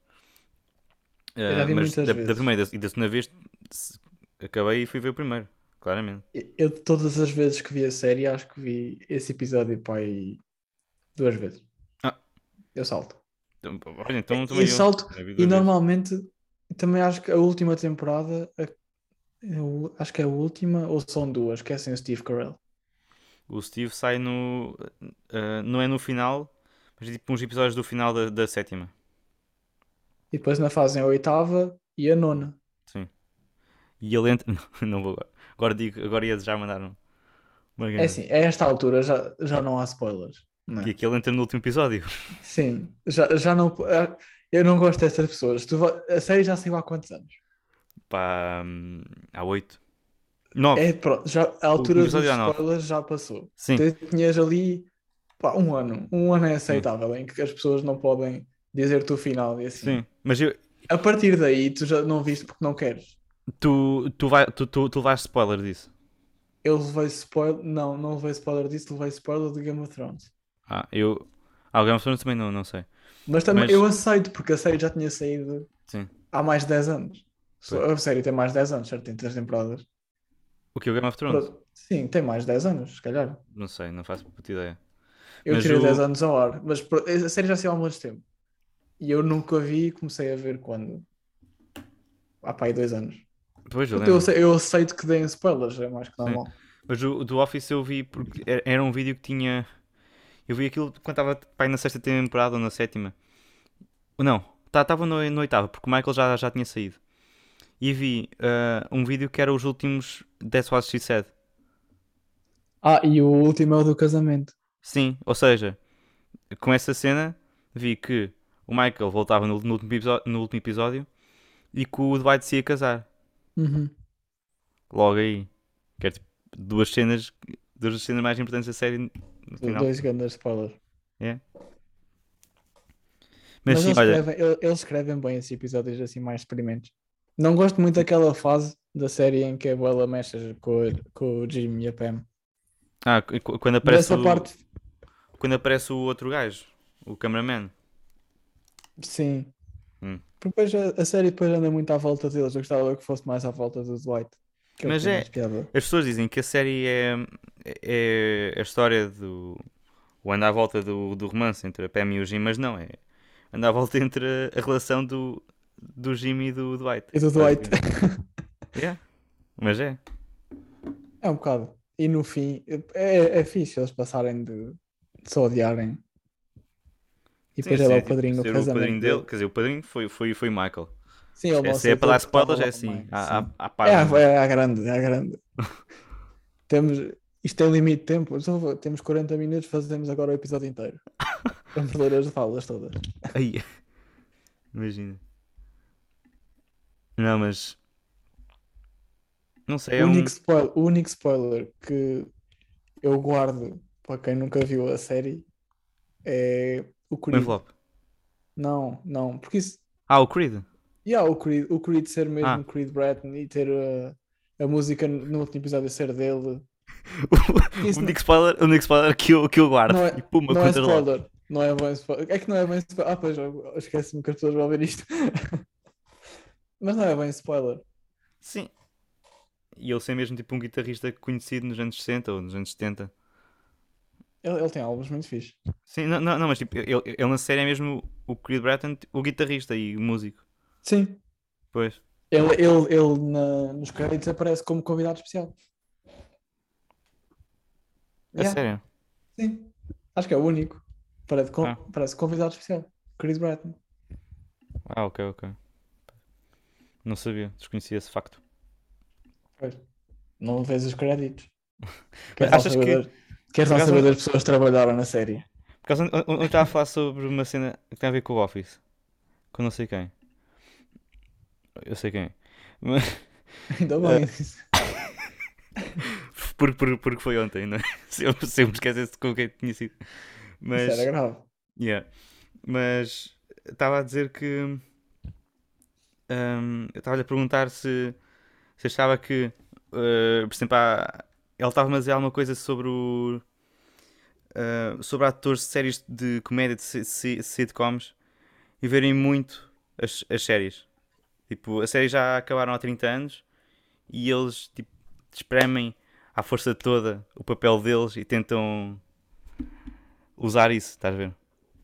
[SPEAKER 2] Eu já
[SPEAKER 1] Ah,
[SPEAKER 2] vi
[SPEAKER 1] mas
[SPEAKER 2] muitas
[SPEAKER 1] da, da
[SPEAKER 2] vezes.
[SPEAKER 1] primeira e da segunda vez se- acabei e fui ver o primeiro, claramente.
[SPEAKER 2] Eu de todas as vezes que vi a série, acho que vi esse episódio pai duas vezes.
[SPEAKER 1] Ah.
[SPEAKER 2] Eu salto.
[SPEAKER 1] Então, olha, então
[SPEAKER 2] E
[SPEAKER 1] também eu.
[SPEAKER 2] salto.
[SPEAKER 1] Já vi duas
[SPEAKER 2] E
[SPEAKER 1] vezes.
[SPEAKER 2] normalmente também acho que a última temporada, a- eu acho que é a última, ou são duas, que é sem o Steve Carell.
[SPEAKER 1] O Steve sai no. ah, não é no final, mas é tipo uns episódios do final da, da sétima.
[SPEAKER 2] E depois na fazem a oitava e a nona.
[SPEAKER 1] E ele entra. Não, não vou agora. Agora, digo, agora ia já mandar um. uma
[SPEAKER 2] É
[SPEAKER 1] grande.
[SPEAKER 2] assim, a esta altura já, já não há spoilers. não é?
[SPEAKER 1] E aquele entra no último episódio.
[SPEAKER 2] Sim, já, já não. ah, Eu não gosto dessas pessoas. Tu va- a série já saiu há quantos anos?
[SPEAKER 1] Pá, hum, há oito. Nove.
[SPEAKER 2] É, pronto, já, a altura dos
[SPEAKER 1] Oh. episódio há nove.
[SPEAKER 2] spoilers já passou.
[SPEAKER 1] Sim,
[SPEAKER 2] Tu tinhas ali pá, um ano. Um ano é aceitável em que as pessoas não podem dizer-te o final e assim.
[SPEAKER 1] sim. Mas eu-
[SPEAKER 2] A partir daí tu já não viste porque não queres.
[SPEAKER 1] tu, tu, vai, tu, tu, tu levaste spoiler disso.
[SPEAKER 2] Eu levei spoiler. Não, não levei spoiler disso, levei spoiler de Game of Thrones.
[SPEAKER 1] Ah, eu. Ah, o Game of Thrones também não, não sei.
[SPEAKER 2] Mas também
[SPEAKER 1] Mas-
[SPEAKER 2] eu aceito porque a série já tinha saído
[SPEAKER 1] Sim.
[SPEAKER 2] há mais de 10 anos. Só- A série tem mais de 10 anos, certo? Tem 3 temporadas.
[SPEAKER 1] O que é o Game of Thrones?
[SPEAKER 2] Sim, tem mais de 10 anos, se calhar.
[SPEAKER 1] Não sei, não faço puta ideia.
[SPEAKER 2] Eu
[SPEAKER 1] Mas
[SPEAKER 2] tirei
[SPEAKER 1] o-
[SPEAKER 2] 10 anos ao ar, mas pro- a série já saiu há muito tempo. E eu nunca a vi e comecei a ver quando? Há pá aí dois anos.
[SPEAKER 1] Pois eu
[SPEAKER 2] Portanto, eu,
[SPEAKER 1] lembro.
[SPEAKER 2] sei- eu aceito que deem spoilers, é mais que normal.
[SPEAKER 1] Mas o o do Office eu vi porque era- era um vídeo que tinha. Eu vi aquilo quando estava pai na sexta temporada ou na sétima. Não, estava no, no oitava, porque o Michael já, já tinha saído. E vi ah, um vídeo que era os últimos That's What She Said.
[SPEAKER 2] Ah, e o último é o do casamento.
[SPEAKER 1] Sim, ou seja, com essa cena vi que o Michael voltava no, no último, episo- no último episódio e que o Dwight se ia casar.
[SPEAKER 2] Uhum.
[SPEAKER 1] Logo aí. Que é tipo duas cenas, duas das cenas mais importantes da série no final.
[SPEAKER 2] Dois grandes spoilers.
[SPEAKER 1] Mas, sim,
[SPEAKER 2] eles,
[SPEAKER 1] olha,
[SPEAKER 2] escrevem, ele- eles escrevem bem esses episódios assim mais experimentos. Não gosto muito daquela fase da série em que a Bella mexe com, a- com o Jim e a Pam.
[SPEAKER 1] ah, qu- qu- quando, aparece
[SPEAKER 2] Dessa
[SPEAKER 1] o,
[SPEAKER 2] é parte,
[SPEAKER 1] quando aparece o outro gajo, o cameraman.
[SPEAKER 2] sim.
[SPEAKER 1] Hum.
[SPEAKER 2] Porque depois a, a série depois anda muito à volta deles. Eu gostava que fosse mais à volta do Dwight. que ele
[SPEAKER 1] Mas
[SPEAKER 2] tem
[SPEAKER 1] é-
[SPEAKER 2] mais piada.
[SPEAKER 1] As pessoas dizem que a série é, é a história do. O anda à volta do, do romance entre a Pam e o Jim, mas não, é. Anda à volta entre a, a relação do, do Jim e do Dwight.
[SPEAKER 2] E do Dwight.
[SPEAKER 1] É, mas é.
[SPEAKER 2] É um bocado. E no fim, é, é fixe eles passarem de, de se odiarem. E depois
[SPEAKER 1] Sim,
[SPEAKER 2] ele é
[SPEAKER 1] sim,
[SPEAKER 2] o padrinho no
[SPEAKER 1] ser
[SPEAKER 2] casamento.
[SPEAKER 1] o padrinho dele, quer dizer, o padrinho foi, foi, foi Michael.
[SPEAKER 2] Sim, ele não
[SPEAKER 1] É, se é para
[SPEAKER 2] aceitou
[SPEAKER 1] dar
[SPEAKER 2] porque estava
[SPEAKER 1] spoilers, é
[SPEAKER 2] lá
[SPEAKER 1] assim.
[SPEAKER 2] também.
[SPEAKER 1] Há,
[SPEAKER 2] Sim.
[SPEAKER 1] há, há
[SPEAKER 2] É,
[SPEAKER 1] páginas.
[SPEAKER 2] é, é à grande, é à grande. temos, isto tem limite de tempo. Só vou- Temos 40 minutos, fazemos agora o episódio inteiro. Vamos ler as falas todas.
[SPEAKER 1] Ai, imagina. Não, mas. Não sei, é
[SPEAKER 2] o,
[SPEAKER 1] um.
[SPEAKER 2] único spoiler, o único spoiler que eu guardo para quem nunca viu a série é o
[SPEAKER 1] Um
[SPEAKER 2] Creed.
[SPEAKER 1] envelope.
[SPEAKER 2] Não, não, porque isso.
[SPEAKER 1] Ah, o Creed.
[SPEAKER 2] E há o Creed, o Creed ser mesmo
[SPEAKER 1] Ah.
[SPEAKER 2] Creed Bratton e ter uh, a, música no último episódio ser dele.
[SPEAKER 1] o
[SPEAKER 2] Isso
[SPEAKER 1] único spoiler, o único spoiler um que eu, que eu guardo.
[SPEAKER 2] Não é-
[SPEAKER 1] e puma,
[SPEAKER 2] não é
[SPEAKER 1] contra logo.
[SPEAKER 2] spoiler. Não é bem spoiler. É que não é bem spoiler. Ah, pois, eu- eu esquece-me que as pessoas vão ver isto. Mas não é bem spoiler.
[SPEAKER 1] Sim. E ele ser mesmo tipo um guitarrista conhecido nos anos 60 ou nos anos 70.
[SPEAKER 2] Ele, ele tem álbuns muito fixe.
[SPEAKER 1] Sim, não, não, não, mas tipo, ele, ele na série é mesmo o Creed Bratton, o guitarrista e o músico.
[SPEAKER 2] Sim.
[SPEAKER 1] Pois.
[SPEAKER 2] Ele, ele, ele na- nos créditos aparece como convidado especial.
[SPEAKER 1] É
[SPEAKER 2] Yeah,
[SPEAKER 1] sério.
[SPEAKER 2] Sim. Acho que é o único. Parece, con-
[SPEAKER 1] Ah.
[SPEAKER 2] parece convidado especial. Chris Bratton.
[SPEAKER 1] Ah, ok, ok. Não sabia, desconhecia esse facto.
[SPEAKER 2] Pois. Não vês os créditos.
[SPEAKER 1] Mas
[SPEAKER 2] Queres lá
[SPEAKER 1] achas
[SPEAKER 2] saber
[SPEAKER 1] que-
[SPEAKER 2] das- Queres lá
[SPEAKER 1] Por acaso-
[SPEAKER 2] saber das pessoas que trabalharam na série?
[SPEAKER 1] Por causa, eu- eu eu estava a falar sobre uma cena que tem a ver com o Office. Com não sei quem. Eu sei quem. é. Mas-
[SPEAKER 2] Ainda bem.
[SPEAKER 1] por, por, porque foi ontem, não é? Se eu, se eu me esquecesse com quem tinha sido. Mas.
[SPEAKER 2] Isso era grave.
[SPEAKER 1] Yeah. Mas estava a dizer que hum, eu estava-lhe a perguntar se, se achava que uh, por exemplo há- ele estava-me a dizer alguma coisa sobre o uh, sobre atores de séries de comédia de si- si- sitcoms e verem muito as, as séries. Tipo, as séries já acabaram há 30 anos e eles tipo, espremem à força toda o papel deles e tentam usar isso, estás a ver?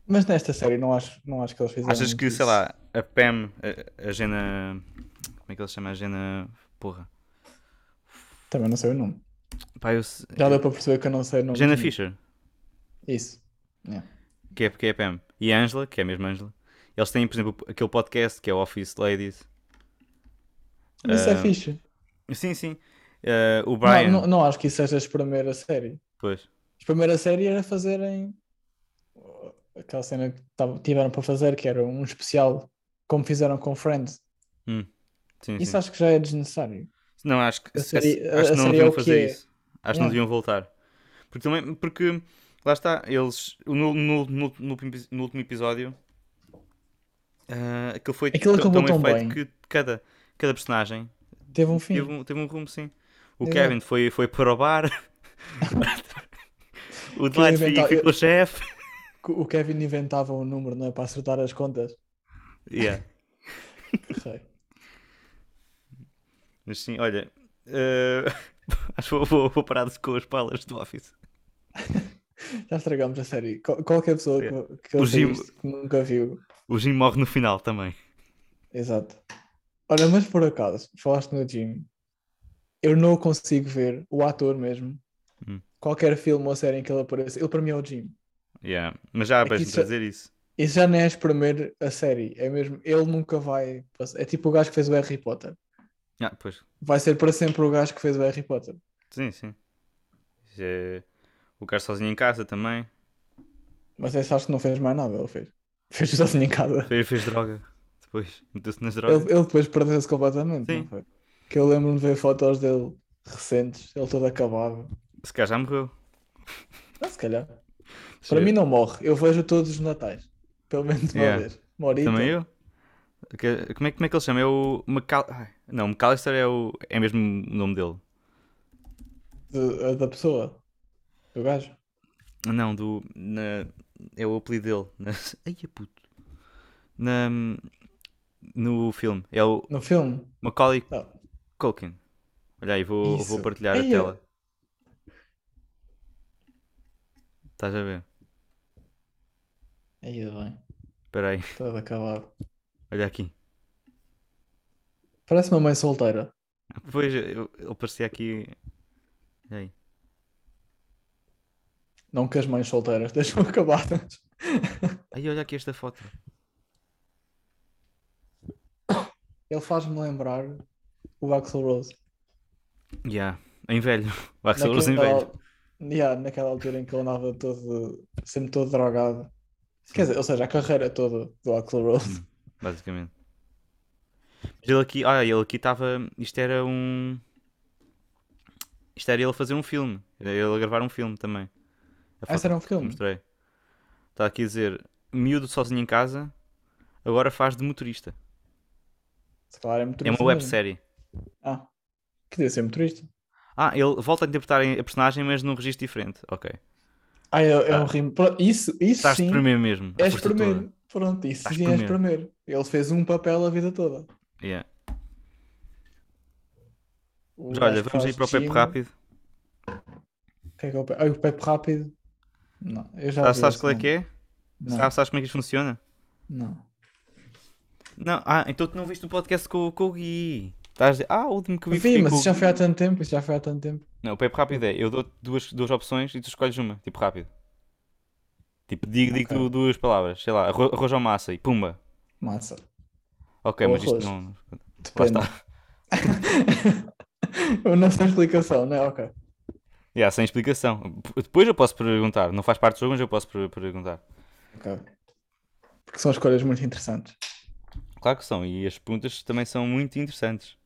[SPEAKER 2] Mas nesta série não acho, não acho que eles fizeram.
[SPEAKER 1] Achas que,
[SPEAKER 2] é, muito
[SPEAKER 1] sei
[SPEAKER 2] isso.
[SPEAKER 1] lá, a Pam, a, a Gena. Como é que ele se chama? A Gena. Porra.
[SPEAKER 2] Também não sei o nome.
[SPEAKER 1] Pá, eu. se-
[SPEAKER 2] Já deu para perceber que eu não sei é o nome.
[SPEAKER 1] Jenna
[SPEAKER 2] do-
[SPEAKER 1] Fisher,
[SPEAKER 2] Isso. Yeah.
[SPEAKER 1] que é, que é a Pam. E a Angela, que é mesmo a Angela. Eles têm, por exemplo, aquele podcast que é Office Ladies.
[SPEAKER 2] Mas isso é
[SPEAKER 1] Ah,
[SPEAKER 2] fixe.
[SPEAKER 1] Sim, sim. Eh, o Brian,
[SPEAKER 2] Não, não, não acho que isso seja a primeira série.
[SPEAKER 1] pois.
[SPEAKER 2] A primeira série era fazerem uh, aquela cena que tavam- tiveram para fazer, que era um especial, como fizeram com Friends.
[SPEAKER 1] Sim,
[SPEAKER 2] Isso
[SPEAKER 1] sim.
[SPEAKER 2] acho que já é desnecessário.
[SPEAKER 1] Não, acho que,
[SPEAKER 2] a série-
[SPEAKER 1] acho
[SPEAKER 2] a
[SPEAKER 1] que não
[SPEAKER 2] série é
[SPEAKER 1] deviam
[SPEAKER 2] o que
[SPEAKER 1] fazer
[SPEAKER 2] é.
[SPEAKER 1] isso. Acho que não
[SPEAKER 2] Yeah.
[SPEAKER 1] deviam voltar. Porque também, porque lá está, eles no, no, no, no último epi- no último episódio ah, aquilo foi
[SPEAKER 2] Aquilo
[SPEAKER 1] t-
[SPEAKER 2] acabou
[SPEAKER 1] tão
[SPEAKER 2] tão
[SPEAKER 1] bem
[SPEAKER 2] bem.
[SPEAKER 1] feito que cada, cada personagem
[SPEAKER 2] Teve um fim.
[SPEAKER 1] teve um, teve um rumo, sim. O
[SPEAKER 2] Exato.
[SPEAKER 1] Kevin foi, foi para o bar, o
[SPEAKER 2] Queria
[SPEAKER 1] Dwight fi-
[SPEAKER 2] inventar-
[SPEAKER 1] ficou chefe.
[SPEAKER 2] Que O Kevin inventava um número, não é? Para acertar as contas.
[SPEAKER 1] Yeah.
[SPEAKER 2] Sei.
[SPEAKER 1] Mas sim, olha, ah, acho que vou, vou, vou parar de- com as palas do Office.
[SPEAKER 2] Já estragámos a série. Qual- Qualquer pessoa que, que,
[SPEAKER 1] O
[SPEAKER 2] ouça
[SPEAKER 1] Jim-
[SPEAKER 2] isto que nunca viu.
[SPEAKER 1] O Jim morre no final também.
[SPEAKER 2] Exato. Olha, mas por acaso, falaste no Jim, eu não consigo ver o ator mesmo.
[SPEAKER 1] Hum.
[SPEAKER 2] Qualquer filme ou série em que ele apareça, ele para mim é o Jim.
[SPEAKER 1] Yeah. Mas já
[SPEAKER 2] É que
[SPEAKER 1] vais-me
[SPEAKER 2] isso já-
[SPEAKER 1] trazer isso.
[SPEAKER 2] Isso já nem é espremer a série, é mesmo, ele nunca vai. passar- É tipo o gajo que fez o Harry Potter.
[SPEAKER 1] Ah, pois.
[SPEAKER 2] Vai ser para sempre o gajo que fez o Harry Potter.
[SPEAKER 1] Sim, sim. Isso é- O cara sozinho em casa também.
[SPEAKER 2] Mas esse acho que não fez mais nada, ele fez. Fez sozinho em casa.
[SPEAKER 1] Fez, fez droga. Depois meteu-se nas drogas.
[SPEAKER 2] Ele, ele depois perdeu-se completamente,
[SPEAKER 1] Sim.
[SPEAKER 2] não foi? Que eu lembro-me de ver fotos dele recentes, ele todo acabado.
[SPEAKER 1] Se calhar já morreu.
[SPEAKER 2] Ah, se calhar.
[SPEAKER 1] Sim.
[SPEAKER 2] Para mim não morre. Eu vejo todos os natais. Pelo menos uma
[SPEAKER 1] Yeah.
[SPEAKER 2] vez. Uma horita.
[SPEAKER 1] Também eu. Que- Como é, como é que ele se chama? É o Macal... Ai, Não, McAllister é, o... é mesmo o nome dele.
[SPEAKER 2] de- da pessoa. Do gajo.
[SPEAKER 1] Não, do... na- É o apelido dele. Na... Ai, é puto. Na... No filme. É o
[SPEAKER 2] No filme.
[SPEAKER 1] Macaulay
[SPEAKER 2] Ah,
[SPEAKER 1] Culkin. Olha aí, vou, vou
[SPEAKER 2] Isso.
[SPEAKER 1] partilhar a
[SPEAKER 2] Ai,
[SPEAKER 1] tela. Estás a ver?
[SPEAKER 2] aí bem.
[SPEAKER 1] Espera aí.
[SPEAKER 2] Todo acabado.
[SPEAKER 1] Olha aqui.
[SPEAKER 2] Parece uma mãe solteira.
[SPEAKER 1] Pois, eu, eu parecia aqui. Olha aí.
[SPEAKER 2] Não que as mães solteiras deixam acabadas.
[SPEAKER 1] Aí, olha aqui esta foto.
[SPEAKER 2] Ele faz-me lembrar o Axel Rose.
[SPEAKER 1] Yeah. Em velho. O Axel Rose em
[SPEAKER 2] Naquela-
[SPEAKER 1] velho.
[SPEAKER 2] Yeah, naquela altura em que ele andava todo, sempre todo drogado. Quer dizer, ou seja, a carreira toda do Axel Rose.
[SPEAKER 1] Basicamente. Mas ele aqui. Olha, ele aqui estava. Isto era um. Isto era ele a fazer um filme. Era ele a gravar um filme também. A
[SPEAKER 2] Ah,
[SPEAKER 1] foto
[SPEAKER 2] esse era um
[SPEAKER 1] que
[SPEAKER 2] filme?
[SPEAKER 1] Mostrei. Está aqui a dizer: miúdo sozinho em casa, agora faz de motorista.
[SPEAKER 2] Se calhar é motorista.
[SPEAKER 1] é uma
[SPEAKER 2] mesmo.
[SPEAKER 1] websérie.
[SPEAKER 2] Ah, podia ser motorista.
[SPEAKER 1] Ah, ele volta a interpretar a personagem, mas num registro diferente. Ok.
[SPEAKER 2] Ah, é, é
[SPEAKER 1] Ah.
[SPEAKER 2] um rimo. Pronto, Isso, isso
[SPEAKER 1] Estás
[SPEAKER 2] sim.
[SPEAKER 1] de primeiro mesmo. a
[SPEAKER 2] És
[SPEAKER 1] força
[SPEAKER 2] primeiro. Pronto, isso
[SPEAKER 1] Estás
[SPEAKER 2] sim és
[SPEAKER 1] primeiro.
[SPEAKER 2] primeiro. Ele fez um papel a vida toda.
[SPEAKER 1] toda. Yeah.
[SPEAKER 2] O
[SPEAKER 1] Mas
[SPEAKER 2] gajo
[SPEAKER 1] olha,
[SPEAKER 2] que
[SPEAKER 1] vamos aí
[SPEAKER 2] faz
[SPEAKER 1] para o Pepe
[SPEAKER 2] gym,
[SPEAKER 1] Rápido.
[SPEAKER 2] o que é que é o Pepe? Ai, o Pepe Rápido. Não, eu já
[SPEAKER 1] Sabes,
[SPEAKER 2] vi
[SPEAKER 1] sabes
[SPEAKER 2] esse
[SPEAKER 1] qual é
[SPEAKER 2] nome.
[SPEAKER 1] que é?
[SPEAKER 2] Não,
[SPEAKER 1] Sabes, sabes como é que isto funciona?
[SPEAKER 2] não.
[SPEAKER 1] Não, ah, então tu não viste o podcast com, com o Gui. Estás a dizer, ah, o último que vi
[SPEAKER 2] Vi,
[SPEAKER 1] foi
[SPEAKER 2] mas
[SPEAKER 1] com o
[SPEAKER 2] isso já
[SPEAKER 1] Gui."
[SPEAKER 2] foi há tanto tempo, isso já foi há tanto tempo.
[SPEAKER 1] Não, o Pepe Rápido é, eu dou duas, duas opções e tu escolhes uma, tipo rápido. Tipo, digo, digo
[SPEAKER 2] Ok.
[SPEAKER 1] du- duas palavras, sei lá, arro- arroz ou massa e pumba.
[SPEAKER 2] Massa.
[SPEAKER 1] Ok,
[SPEAKER 2] Ou
[SPEAKER 1] mas isto
[SPEAKER 2] arroz.
[SPEAKER 1] não...
[SPEAKER 2] Depende. Eu não sei a explicação, não é? Ok.
[SPEAKER 1] Yeah, sem explicação. P- Depois eu posso perguntar, não faz parte do jogo, mas eu posso per- perguntar.
[SPEAKER 2] Ok. Porque são escolhas muito interessantes.
[SPEAKER 1] Claro que são, e as perguntas também são muito interessantes.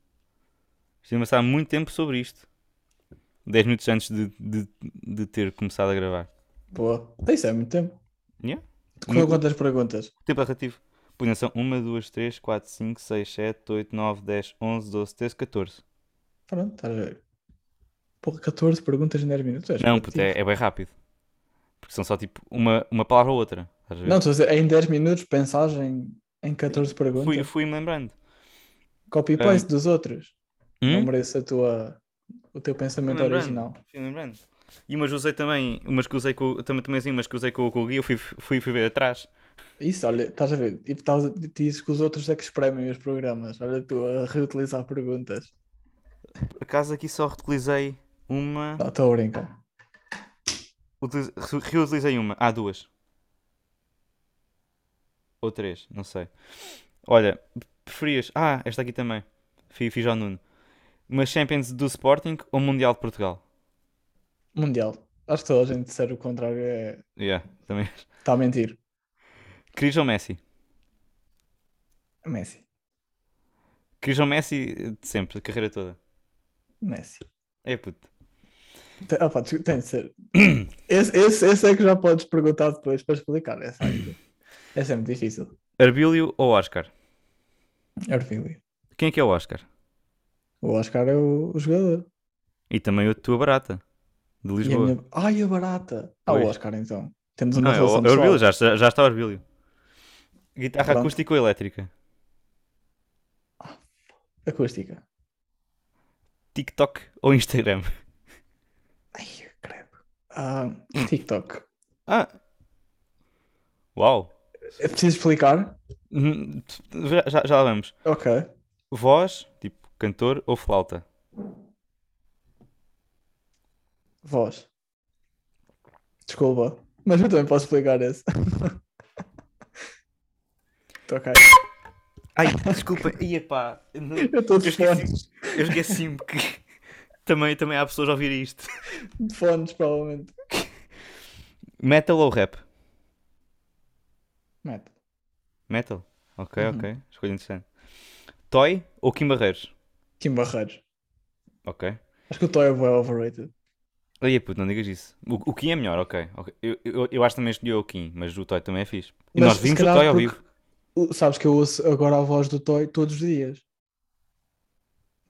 [SPEAKER 1] Estive a passar muito tempo sobre isto. 10 minutos antes de, de, de ter começado a gravar.
[SPEAKER 2] Boa. Então, Isso é muito tempo.
[SPEAKER 1] Yeah.
[SPEAKER 2] Decorreu
[SPEAKER 1] Muito-
[SPEAKER 2] quantas perguntas?
[SPEAKER 1] Tempo relativo. Punha são 1, 2, 3, 4, 5, 6, 7, 8, 9, 10, 11, 12, 13, 14.
[SPEAKER 2] Pronto, estás a ver. Porra, 14 perguntas em 10 minutos? és
[SPEAKER 1] Não,
[SPEAKER 2] criativo.
[SPEAKER 1] puto, é, é bem rápido. Porque são só tipo uma, uma palavra ou outra. estás a ver?
[SPEAKER 2] Não, estou a dizer, em 10 minutos pensares em, em 14 perguntas.
[SPEAKER 1] fui, fui me lembrando.
[SPEAKER 2] Copy-paste dos outros. Não
[SPEAKER 1] Hum?
[SPEAKER 2] mereço a tua, o teu pensamento
[SPEAKER 1] Lembrando.
[SPEAKER 2] original.
[SPEAKER 1] Fui lembrando. E umas usei também, umas que usei com, também, também assim, umas que usei com, com o Gui, eu fui, fui, fui ver atrás.
[SPEAKER 2] Isso, olha, estás a ver? E estás a- dizes que os outros é que espremem os programas. Olha, tu a reutilizar perguntas.
[SPEAKER 1] Por acaso aqui só reutilizei uma.
[SPEAKER 2] Não, estou a brincar.
[SPEAKER 1] Utiliz- re- Reutilizei uma. Há duas. Ou três, não sei. Olha, preferias. Ah, esta aqui também. Fi- Fiz ao Nuno. Uma Champions do Sporting ou Mundial de Portugal?
[SPEAKER 2] Mundial. Acho que toda a gente disser o contrário é.
[SPEAKER 1] Yeah, também.
[SPEAKER 2] Está a mentir.
[SPEAKER 1] Querias ou Messi?
[SPEAKER 2] Messi.
[SPEAKER 1] Querias ou Messi eh, de sempre, a carreira toda.
[SPEAKER 2] Messi.
[SPEAKER 1] É puto.
[SPEAKER 2] Tem, opa, desculpa, tem de ser. Esse, esse, esse é que já podes perguntar depois para explicar. Essa, aí. essa é muito difícil.
[SPEAKER 1] Arbílio ou Oscar?
[SPEAKER 2] Orfílio.
[SPEAKER 1] Quem é que é o Oscar?
[SPEAKER 2] O Oscar é o, o jogador.
[SPEAKER 1] E também a tua barata. De
[SPEAKER 2] E a
[SPEAKER 1] Lisboa.
[SPEAKER 2] minha... Ai, a barata! Ah, o
[SPEAKER 1] Pois.
[SPEAKER 2] Oscar então. Temos uma
[SPEAKER 1] Não, é o,
[SPEAKER 2] relação
[SPEAKER 1] é o Arbílio,
[SPEAKER 2] pessoal.
[SPEAKER 1] já, está- já está o Arbílio. Guitarra
[SPEAKER 2] Pronto.
[SPEAKER 1] acústica ou elétrica?
[SPEAKER 2] Acústica.
[SPEAKER 1] TikTok ou Instagram?
[SPEAKER 2] Ai, credo. Ah, TikTok.
[SPEAKER 1] Ah! Uau!
[SPEAKER 2] É preciso explicar?
[SPEAKER 1] Hum, Já, já, já lá vamos.
[SPEAKER 2] Ok.
[SPEAKER 1] Voz, tipo cantor ou flauta?
[SPEAKER 2] Voz. Desculpa. Mas eu também posso explicar esse. ok.
[SPEAKER 1] Ai, desculpa, ia pá.
[SPEAKER 2] Eu estou de fones.
[SPEAKER 1] esqueci- Eu esqueci-me que também, também há pessoas a ouvir isto.
[SPEAKER 2] De fones, provavelmente.
[SPEAKER 1] Metal ou rap?
[SPEAKER 2] Mete.
[SPEAKER 1] Metal. Ok, ok. Escolha interessante. Toy ou Kim Barreiros?
[SPEAKER 2] Kim Barreiros.
[SPEAKER 1] Ok.
[SPEAKER 2] Acho que o Toy é bué overrated.
[SPEAKER 1] Aí, puto, não digas isso. O, o Kim é melhor, ok. ok. Eu, eu, eu acho que também escolhi o Kim, mas o Toy também é fixe. E
[SPEAKER 2] Mas
[SPEAKER 1] nós
[SPEAKER 2] se
[SPEAKER 1] vimos o
[SPEAKER 2] calhar
[SPEAKER 1] Toy ao
[SPEAKER 2] porque-
[SPEAKER 1] vivo.
[SPEAKER 2] O- Sabes que eu ouço agora a voz do Toy todos os dias.